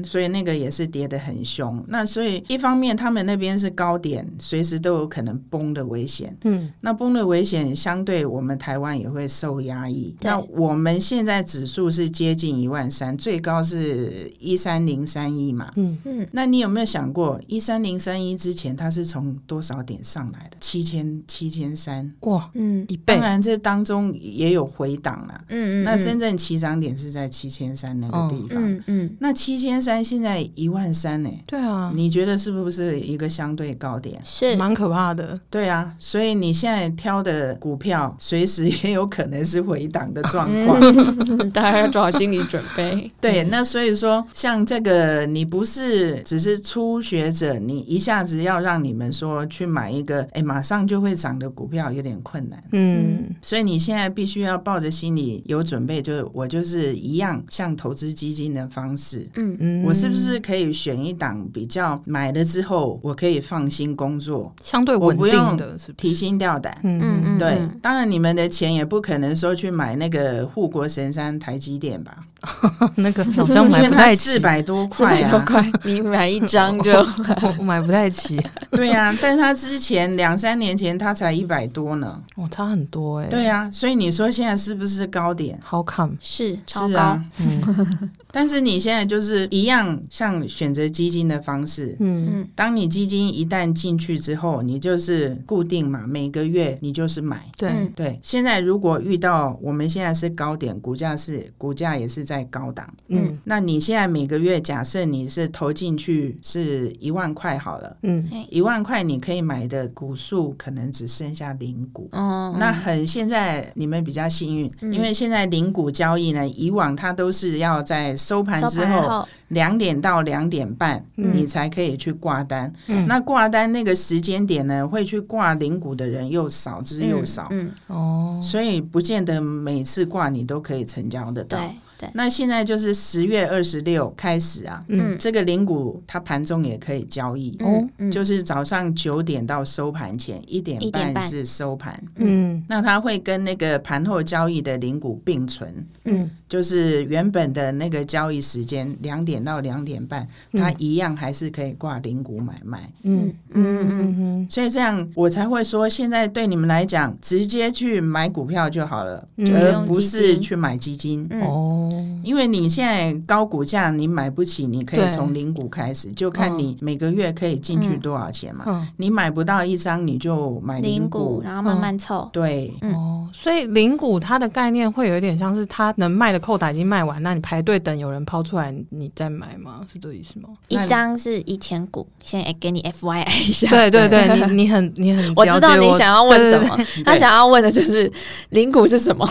[SPEAKER 3] 所以那个也是跌得很凶。那所以一方面，他们那边是高点，随时都有可能崩的危险。
[SPEAKER 1] 嗯
[SPEAKER 3] 那崩的危险，相对我们台湾也会受压抑。
[SPEAKER 2] 对
[SPEAKER 3] 那我们现在指数是接近一万三，最高是一三零三一嘛。
[SPEAKER 1] 嗯
[SPEAKER 2] 嗯，
[SPEAKER 3] 那你有没有想过，一三零三一之前它是从多少点上来的？七千七千三。
[SPEAKER 1] 哇，
[SPEAKER 2] 嗯
[SPEAKER 1] 一倍
[SPEAKER 3] 当，然，这当中也有回档啦。
[SPEAKER 2] 嗯嗯，
[SPEAKER 3] 那真正起涨点是在七千三那个地方。
[SPEAKER 2] 嗯嗯
[SPEAKER 3] 那七千三现在一万三呢、
[SPEAKER 1] 对啊，
[SPEAKER 3] 你觉得是不是一个相对高点？
[SPEAKER 2] 是
[SPEAKER 1] 蛮可怕的。
[SPEAKER 3] 对啊，所以你现在挑的股票，随时也有可能是回档的状况。
[SPEAKER 2] 嗯，大家要做好心理准备。
[SPEAKER 3] 对，那所以说，像这个，你不是只是初学者，你一下子要让你们说去买一个，哎，马上就会涨的股票，有点困难。
[SPEAKER 1] 嗯，
[SPEAKER 3] 所以你现在必须要抱着心里有准备，就是我就是一样，像投资基金的方式，
[SPEAKER 2] 嗯
[SPEAKER 1] 嗯
[SPEAKER 3] 我是不是可以选一档比较买了之后，我可以放心工作，
[SPEAKER 1] 相对稳定的是不
[SPEAKER 3] 提心吊胆。
[SPEAKER 1] 是，
[SPEAKER 2] 嗯嗯，
[SPEAKER 3] 对，
[SPEAKER 2] 嗯
[SPEAKER 3] 当然你们的钱也不可能说去买那个护国神山台积电吧，
[SPEAKER 1] 那个好像
[SPEAKER 3] 因
[SPEAKER 1] 买
[SPEAKER 3] 为
[SPEAKER 1] 不
[SPEAKER 3] 它
[SPEAKER 1] 太起
[SPEAKER 3] 四，百多块
[SPEAKER 1] 多
[SPEAKER 3] 啊，
[SPEAKER 1] 块，
[SPEAKER 2] 你买一张就
[SPEAKER 1] 我买不太起，
[SPEAKER 3] 对啊，但它之前两三年前它才一百 多呢，
[SPEAKER 1] 哦，差很多哎，
[SPEAKER 3] 对啊，所以你说现在是不是高点？
[SPEAKER 1] 好看，
[SPEAKER 2] 是超
[SPEAKER 3] 是
[SPEAKER 2] 高
[SPEAKER 3] 啊，，
[SPEAKER 1] 嗯
[SPEAKER 3] 但是你现在就是一样，像选择基金的方式。
[SPEAKER 1] 嗯
[SPEAKER 2] 嗯，
[SPEAKER 3] 当你基金一旦进去之后，你就是固定嘛，每个月你就是买。
[SPEAKER 1] 对，
[SPEAKER 2] 嗯
[SPEAKER 3] 对，现在如果遇到我们现在是高点，股价是股价也是在高档，
[SPEAKER 1] 嗯
[SPEAKER 3] 那你现在每个月假设你是投进去是一万块好了，
[SPEAKER 1] 嗯
[SPEAKER 3] 一万块你可以买的股数可能只剩下零股。
[SPEAKER 2] 哦，
[SPEAKER 3] 那很现在你们比较幸运，
[SPEAKER 2] 嗯
[SPEAKER 3] 因为现在零股交易呢，以往它都是要在收盘
[SPEAKER 2] 收
[SPEAKER 3] 之
[SPEAKER 2] 盘
[SPEAKER 3] 后
[SPEAKER 2] 后，
[SPEAKER 3] 两点到两点半，
[SPEAKER 1] 嗯
[SPEAKER 3] 你才可以去挂单。
[SPEAKER 1] 嗯
[SPEAKER 3] 那挂单那个时间点呢，会去挂零股的人又少之又少，
[SPEAKER 2] 嗯，
[SPEAKER 1] 哦，
[SPEAKER 3] 所以不见得每次挂你都可以成交得到。
[SPEAKER 2] 对对，
[SPEAKER 3] 那现在就是十月二十六开始啊，
[SPEAKER 2] 哦
[SPEAKER 1] 嗯
[SPEAKER 3] 这个零股它盘中也可以交易，
[SPEAKER 1] 哦
[SPEAKER 2] 嗯，
[SPEAKER 3] 就是是早上九点到收盘前一点
[SPEAKER 2] 1点
[SPEAKER 3] 半
[SPEAKER 2] 半
[SPEAKER 3] 是收盘，
[SPEAKER 1] 嗯
[SPEAKER 3] 那它会跟那个盘后交易的零股并存。
[SPEAKER 1] 嗯，
[SPEAKER 3] 就是原本的那个交易时间两点到两点半，
[SPEAKER 1] 嗯
[SPEAKER 3] 它一样还是可以挂零股买卖。
[SPEAKER 1] 嗯嗯嗯嗯
[SPEAKER 3] 所以这样我才会说，现在对你们来讲，直接去买股票就好了，
[SPEAKER 1] 嗯
[SPEAKER 3] 而不
[SPEAKER 2] 不用基
[SPEAKER 3] 是
[SPEAKER 2] 金
[SPEAKER 3] 去买基金。
[SPEAKER 1] 嗯，
[SPEAKER 2] 嗯
[SPEAKER 1] 哦，
[SPEAKER 3] 因为你现在高股价你买不起，你可以
[SPEAKER 1] 对
[SPEAKER 3] 从零股开始，就看你每个月可以进去多少钱嘛。
[SPEAKER 1] 嗯
[SPEAKER 3] 你买不到一张，你就买
[SPEAKER 2] 零股，
[SPEAKER 3] 股。
[SPEAKER 2] 然后慢慢凑，
[SPEAKER 3] 对，
[SPEAKER 2] 嗯
[SPEAKER 1] 哦，所以零股它的概念会有一点像是它能卖的扣打已经卖完，那你排队等有人抛出来，你再买吗？是这个意思吗？
[SPEAKER 2] 一
[SPEAKER 3] 那
[SPEAKER 2] 张是一千股，先给你 FYI 一下。
[SPEAKER 1] 对对对，你 你很 你很
[SPEAKER 2] 我
[SPEAKER 1] 了
[SPEAKER 2] 知
[SPEAKER 1] 解
[SPEAKER 2] 道你想要问什么，他
[SPEAKER 3] 对
[SPEAKER 2] 想要问的就是零股是什么。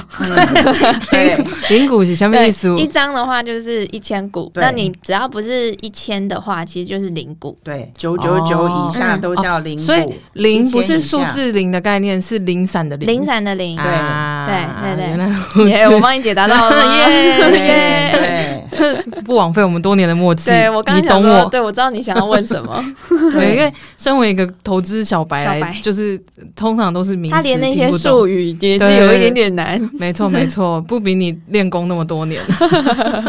[SPEAKER 3] 对
[SPEAKER 1] 零股是下面意思？
[SPEAKER 2] 一张的话就是一千股，
[SPEAKER 3] 对
[SPEAKER 2] 那你只要不是一千的话，其实就是零股。
[SPEAKER 3] 对，哦九九九以下
[SPEAKER 2] 嗯
[SPEAKER 3] 都叫零股。
[SPEAKER 1] 所 以零不
[SPEAKER 3] 1000以
[SPEAKER 1] 是数
[SPEAKER 3] 下
[SPEAKER 1] 字零的概念，是零散的零。
[SPEAKER 2] 零散的零，
[SPEAKER 1] 啊
[SPEAKER 2] 对对对
[SPEAKER 1] 原来
[SPEAKER 2] 耶，我帮你解答到了吗？
[SPEAKER 1] 耶
[SPEAKER 2] 耶！
[SPEAKER 3] 对
[SPEAKER 1] 这不枉费我们多年的默契。
[SPEAKER 2] 对我刚
[SPEAKER 1] 你
[SPEAKER 2] 刚想
[SPEAKER 1] 懂
[SPEAKER 2] 说，
[SPEAKER 1] 我。
[SPEAKER 2] 对我知道你想要问什么，
[SPEAKER 1] 对，因为身为一个投资小白
[SPEAKER 2] 小白
[SPEAKER 1] 来，就是呃通常都是 名词
[SPEAKER 2] 他连那些
[SPEAKER 1] 听不懂
[SPEAKER 2] 术语也是有一点点难。
[SPEAKER 1] 没错没 错，不比你练功那么多年。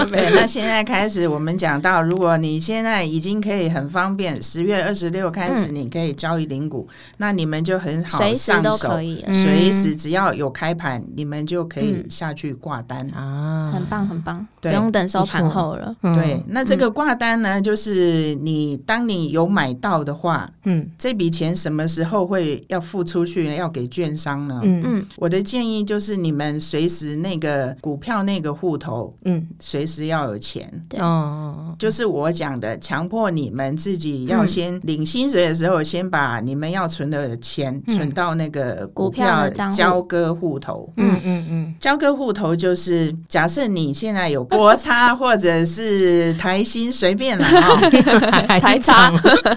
[SPEAKER 3] 对，那现在开始，我们讲到，如果你现在已经可以很方便，十月二十六开始，你可以交易零股，那你们就很好
[SPEAKER 2] 随时
[SPEAKER 3] 上
[SPEAKER 2] 都
[SPEAKER 3] 手，
[SPEAKER 2] 可以了，
[SPEAKER 1] 嗯
[SPEAKER 3] 随时只要有开盘，你们就可
[SPEAKER 2] 嗯
[SPEAKER 3] 以下去挂单。
[SPEAKER 2] 哦
[SPEAKER 1] 啊
[SPEAKER 2] 很棒很棒，不
[SPEAKER 3] 对
[SPEAKER 2] 用等收
[SPEAKER 1] 不
[SPEAKER 2] 盘
[SPEAKER 1] 错
[SPEAKER 2] 后了。
[SPEAKER 1] 嗯
[SPEAKER 3] 对，那这个挂单呢，就是你当你有买到的话，
[SPEAKER 1] 嗯
[SPEAKER 3] 这笔钱什么时候会要付出去，要给券商呢？
[SPEAKER 1] 嗯
[SPEAKER 2] 嗯
[SPEAKER 3] 我的建议就是你们随时那个股票那个户头，
[SPEAKER 1] 嗯
[SPEAKER 3] 随时要有钱。
[SPEAKER 2] 对哦
[SPEAKER 1] 嗯
[SPEAKER 3] 就是我讲的，强迫你们自己要先领薪水的时候，先把你们要存的钱
[SPEAKER 1] 嗯
[SPEAKER 3] 存到那个股
[SPEAKER 2] 股票
[SPEAKER 3] 票
[SPEAKER 2] 的账户
[SPEAKER 3] 交割户头。
[SPEAKER 1] 嗯嗯嗯
[SPEAKER 3] 交割户头就是，假设你现在有国差或者是台新，随便啦、 哦，
[SPEAKER 1] 嗯，还
[SPEAKER 2] 还
[SPEAKER 1] 差
[SPEAKER 2] 差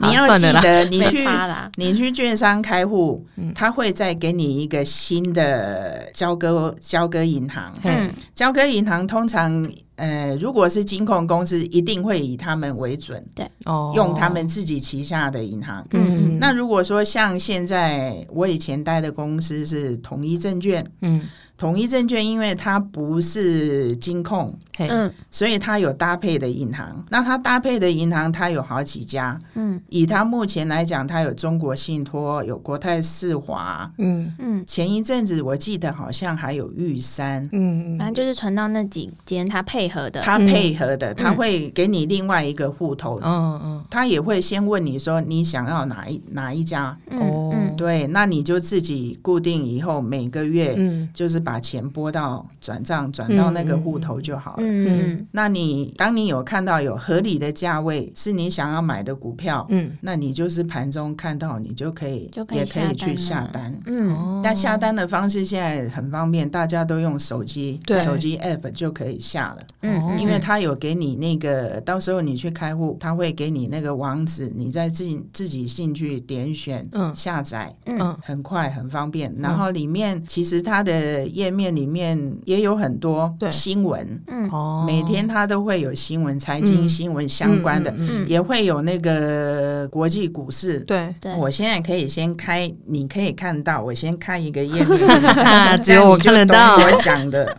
[SPEAKER 3] 你要
[SPEAKER 1] 啊算
[SPEAKER 3] 记
[SPEAKER 1] 了啦
[SPEAKER 3] 得你
[SPEAKER 2] 没
[SPEAKER 3] 去
[SPEAKER 2] 差啦，
[SPEAKER 3] 你去券商开户
[SPEAKER 1] 嗯，
[SPEAKER 3] 他会再给你一个新的交割交割银行。
[SPEAKER 1] 嘿
[SPEAKER 2] 嗯
[SPEAKER 3] 交割银行通常，呃，如果是金控公司，一定会以他们为准，
[SPEAKER 1] 哦
[SPEAKER 3] 用他们自己旗下的银行。
[SPEAKER 1] 嗯
[SPEAKER 3] 那如果说像现在我以前待的公司是统一证券，
[SPEAKER 1] 嗯
[SPEAKER 3] 统一证券因为它不是金控，
[SPEAKER 1] 嘿
[SPEAKER 2] 嗯
[SPEAKER 3] 所以它有搭配的银行。那它搭配的银行，它有好几家。
[SPEAKER 2] 嗯
[SPEAKER 3] 以它目前来讲，它有中国信托，有国泰世华。
[SPEAKER 1] 嗯
[SPEAKER 2] 嗯，
[SPEAKER 3] 前一阵子我记得好像还有玉山，
[SPEAKER 1] 嗯
[SPEAKER 2] 反正
[SPEAKER 1] 嗯
[SPEAKER 2] 就是存到那几间他配合的，
[SPEAKER 3] 它配合的，它
[SPEAKER 2] 嗯
[SPEAKER 3] 会给你另外一个户头，
[SPEAKER 1] 嗯
[SPEAKER 3] 它也会先问你说你想要哪一哪一家，
[SPEAKER 1] 哦
[SPEAKER 2] 嗯嗯
[SPEAKER 3] 对，那你就自己固定以后每个月
[SPEAKER 1] 嗯
[SPEAKER 3] 就是把钱拨到转账转到那个户
[SPEAKER 1] 嗯
[SPEAKER 3] 头就好了。
[SPEAKER 2] 嗯
[SPEAKER 3] 那你当你有看到有合理的价位是你想要买的股票，
[SPEAKER 1] 嗯
[SPEAKER 3] 那你就是盘中看到你就可以
[SPEAKER 2] 就可以
[SPEAKER 3] 也可以去
[SPEAKER 2] 下单
[SPEAKER 3] 下
[SPEAKER 2] 了
[SPEAKER 3] 单。
[SPEAKER 2] 嗯嗯，
[SPEAKER 1] 哦
[SPEAKER 3] 但下单的方式现在很方便，大家都用手机
[SPEAKER 1] 对，
[SPEAKER 3] 手机 app 就可以下了。
[SPEAKER 1] 哦
[SPEAKER 2] 嗯，
[SPEAKER 3] 因为它有给你那个，到时候你去开户，它会给你那个网址，你再自己自己进去点选
[SPEAKER 1] 嗯
[SPEAKER 3] 下载，卖，
[SPEAKER 1] 嗯
[SPEAKER 3] 很快很方便。然后里面其实它的页面里面也有很多
[SPEAKER 1] 对
[SPEAKER 3] 新闻，
[SPEAKER 2] 嗯
[SPEAKER 1] 哦
[SPEAKER 3] 每天它都会有新闻、财经
[SPEAKER 1] 嗯
[SPEAKER 3] 新闻相关的，
[SPEAKER 1] 嗯嗯嗯嗯
[SPEAKER 2] 嗯
[SPEAKER 3] 也会有那个国际股市。
[SPEAKER 1] 对，，
[SPEAKER 2] 对，
[SPEAKER 3] 我现在可以先开，你可以看到，我先看一个页 面
[SPEAKER 1] 只有
[SPEAKER 3] 这样
[SPEAKER 1] 我
[SPEAKER 3] 你就
[SPEAKER 1] 看得
[SPEAKER 3] 懂
[SPEAKER 1] 到
[SPEAKER 3] 我 讲的。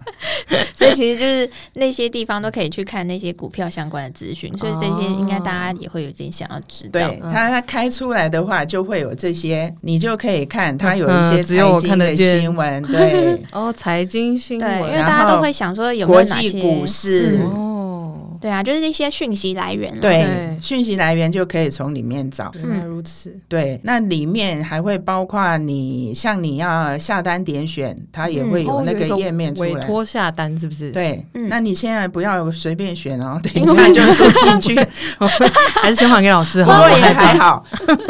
[SPEAKER 2] 所以其实就是那些地方都可以去看那些股票相关的资讯，所以这些应该大家也会有点想要知道。
[SPEAKER 3] 哦
[SPEAKER 1] 嗯
[SPEAKER 3] 对，它它开出来的话，就会有这些，你就可以看它有一
[SPEAKER 1] 嗯
[SPEAKER 3] 些
[SPEAKER 1] 只有
[SPEAKER 3] 财
[SPEAKER 1] 我
[SPEAKER 3] 经
[SPEAKER 1] 看得
[SPEAKER 3] 的
[SPEAKER 1] 见
[SPEAKER 3] 新闻， 对，
[SPEAKER 1] 哦，财经新
[SPEAKER 2] 对，因为
[SPEAKER 1] 闻啊
[SPEAKER 2] 大家都会想说有没
[SPEAKER 3] 国
[SPEAKER 2] 有哪
[SPEAKER 3] 际
[SPEAKER 2] 些
[SPEAKER 3] 股市。
[SPEAKER 2] 嗯
[SPEAKER 1] 哦，
[SPEAKER 2] 对啊，就是一些讯息来源啦。啊
[SPEAKER 3] 对
[SPEAKER 1] 对，
[SPEAKER 3] 讯息来源就可以从里面找。
[SPEAKER 1] 原来如此，
[SPEAKER 3] 对，那里面还会包括你，像你要下单点选，它也会有
[SPEAKER 1] 哦
[SPEAKER 3] 那
[SPEAKER 1] 有一
[SPEAKER 3] 个
[SPEAKER 1] 个
[SPEAKER 3] 页面出
[SPEAKER 1] 委
[SPEAKER 3] 来。
[SPEAKER 1] 托下单是不是？，
[SPEAKER 3] 对，
[SPEAKER 2] 嗯
[SPEAKER 3] 那你现在不要随便选哦，等一
[SPEAKER 2] 因
[SPEAKER 3] 下
[SPEAKER 2] 为
[SPEAKER 3] 就输 进去。
[SPEAKER 1] 还是先还给老师
[SPEAKER 3] 不
[SPEAKER 1] 好
[SPEAKER 3] 过
[SPEAKER 1] 了，
[SPEAKER 3] 也
[SPEAKER 1] 我害怕
[SPEAKER 3] 还好，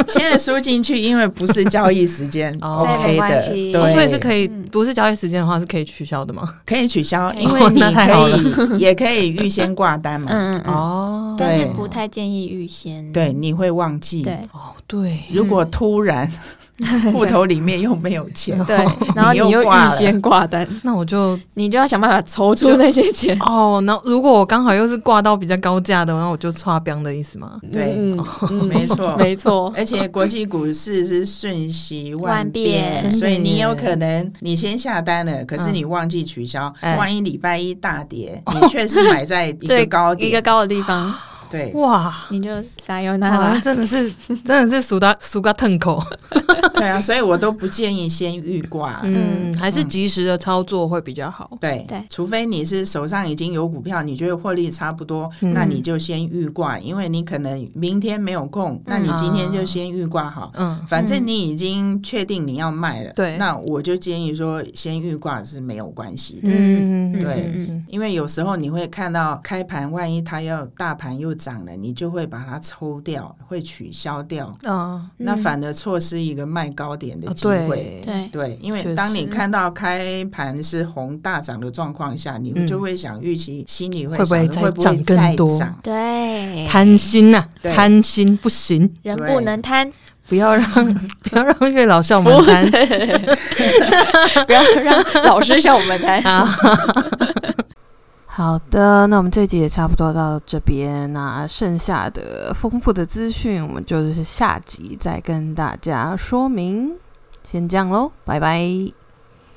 [SPEAKER 3] 现在输进去，因为不是交易时间
[SPEAKER 1] 哦
[SPEAKER 3] ，OK
[SPEAKER 2] 所以没关
[SPEAKER 3] 的，
[SPEAKER 2] 系
[SPEAKER 3] 对
[SPEAKER 1] 哦，所以是可以，
[SPEAKER 2] 嗯
[SPEAKER 1] 不是交易时间的话是可以取消的吗？
[SPEAKER 3] 可以取
[SPEAKER 1] 哦
[SPEAKER 3] 消，
[SPEAKER 2] 可以
[SPEAKER 3] 因为你
[SPEAKER 1] 那太好
[SPEAKER 3] 可以也可以预先挂单
[SPEAKER 2] 嗯
[SPEAKER 3] 嘛。
[SPEAKER 2] 嗯嗯，
[SPEAKER 1] 哦，
[SPEAKER 2] 但是
[SPEAKER 3] 对
[SPEAKER 2] 不太建议预先。
[SPEAKER 3] 对，你会忘记。
[SPEAKER 2] 对
[SPEAKER 1] 哦，对，嗯
[SPEAKER 3] 如果突然 户头里面又没有 钱，
[SPEAKER 2] 对，然后
[SPEAKER 3] 你
[SPEAKER 2] 你
[SPEAKER 3] 又
[SPEAKER 2] 又
[SPEAKER 3] 挂
[SPEAKER 2] 预
[SPEAKER 3] 了
[SPEAKER 2] 先挂单，
[SPEAKER 1] 那我就
[SPEAKER 2] 你就要想办法筹出那些钱。
[SPEAKER 1] 哦，那如果我刚好又是挂到比较高价的，那我就刷标的意思吗？
[SPEAKER 3] 对哦
[SPEAKER 2] 嗯，嗯
[SPEAKER 3] 没 错
[SPEAKER 2] 没错。
[SPEAKER 3] 而且国际股市是瞬息万
[SPEAKER 2] 万变
[SPEAKER 1] 真
[SPEAKER 3] 变，
[SPEAKER 1] 的
[SPEAKER 3] 所以你有
[SPEAKER 1] 耶嗯
[SPEAKER 3] 可能你先下单了，可是你忘记取消，
[SPEAKER 1] 哎哦
[SPEAKER 3] 万一礼拜一大跌，你却是 买在一个
[SPEAKER 2] 最
[SPEAKER 3] 高
[SPEAKER 2] 一个
[SPEAKER 3] 点，
[SPEAKER 2] 高的地方，
[SPEAKER 3] 对，
[SPEAKER 1] 哇，
[SPEAKER 2] 你就撒油嗯那
[SPEAKER 1] 那
[SPEAKER 3] 啊
[SPEAKER 2] 啦。
[SPEAKER 1] 真的 是真的是俗到俗到腾口，
[SPEAKER 3] 对啊，所以我都不建议先预挂。
[SPEAKER 1] 嗯，还是及时的操作会比较好。
[SPEAKER 3] 对，
[SPEAKER 2] 对
[SPEAKER 3] 除非你是手上已经有股票，你觉得获利差不多，
[SPEAKER 1] 嗯
[SPEAKER 3] 那你就先预挂，因为你可能明天没有空，那你今天就先预挂好。
[SPEAKER 1] 嗯，
[SPEAKER 3] 反正你已经确定你要卖了，
[SPEAKER 1] 对
[SPEAKER 3] 那我就建议说先预挂是没有关系的，
[SPEAKER 1] 嗯，
[SPEAKER 3] 对
[SPEAKER 1] 嗯
[SPEAKER 3] 因为有时候你会看到开盘，万一它要大盘又涨了，你就会把它抽掉，会取消掉，
[SPEAKER 1] 啊，
[SPEAKER 2] 嗯
[SPEAKER 3] 那反而错失一个卖高点的
[SPEAKER 1] 哦
[SPEAKER 3] 机会。
[SPEAKER 1] 对，
[SPEAKER 2] 对，
[SPEAKER 3] 对，因
[SPEAKER 1] 确
[SPEAKER 3] 为当你
[SPEAKER 1] 实
[SPEAKER 3] 看到开盘是红大涨的状况下，
[SPEAKER 1] 嗯
[SPEAKER 3] 你就会想预期，心里会
[SPEAKER 1] 会不会
[SPEAKER 3] 想着会
[SPEAKER 1] 再涨更
[SPEAKER 3] 再
[SPEAKER 1] 多
[SPEAKER 3] 涨？
[SPEAKER 2] 对，
[SPEAKER 1] 贪心呐，
[SPEAKER 3] 对
[SPEAKER 1] 贪心不 行，
[SPEAKER 2] 人
[SPEAKER 3] 对
[SPEAKER 2] 不能贪，
[SPEAKER 1] 不要让不要让月老笑我们贪
[SPEAKER 2] 不要 让老师向我们贪。
[SPEAKER 1] 好的，那我们这集也差不多到这边，那剩下的丰富的资讯，我们就是下集再跟大家说明。先这样喽，拜拜。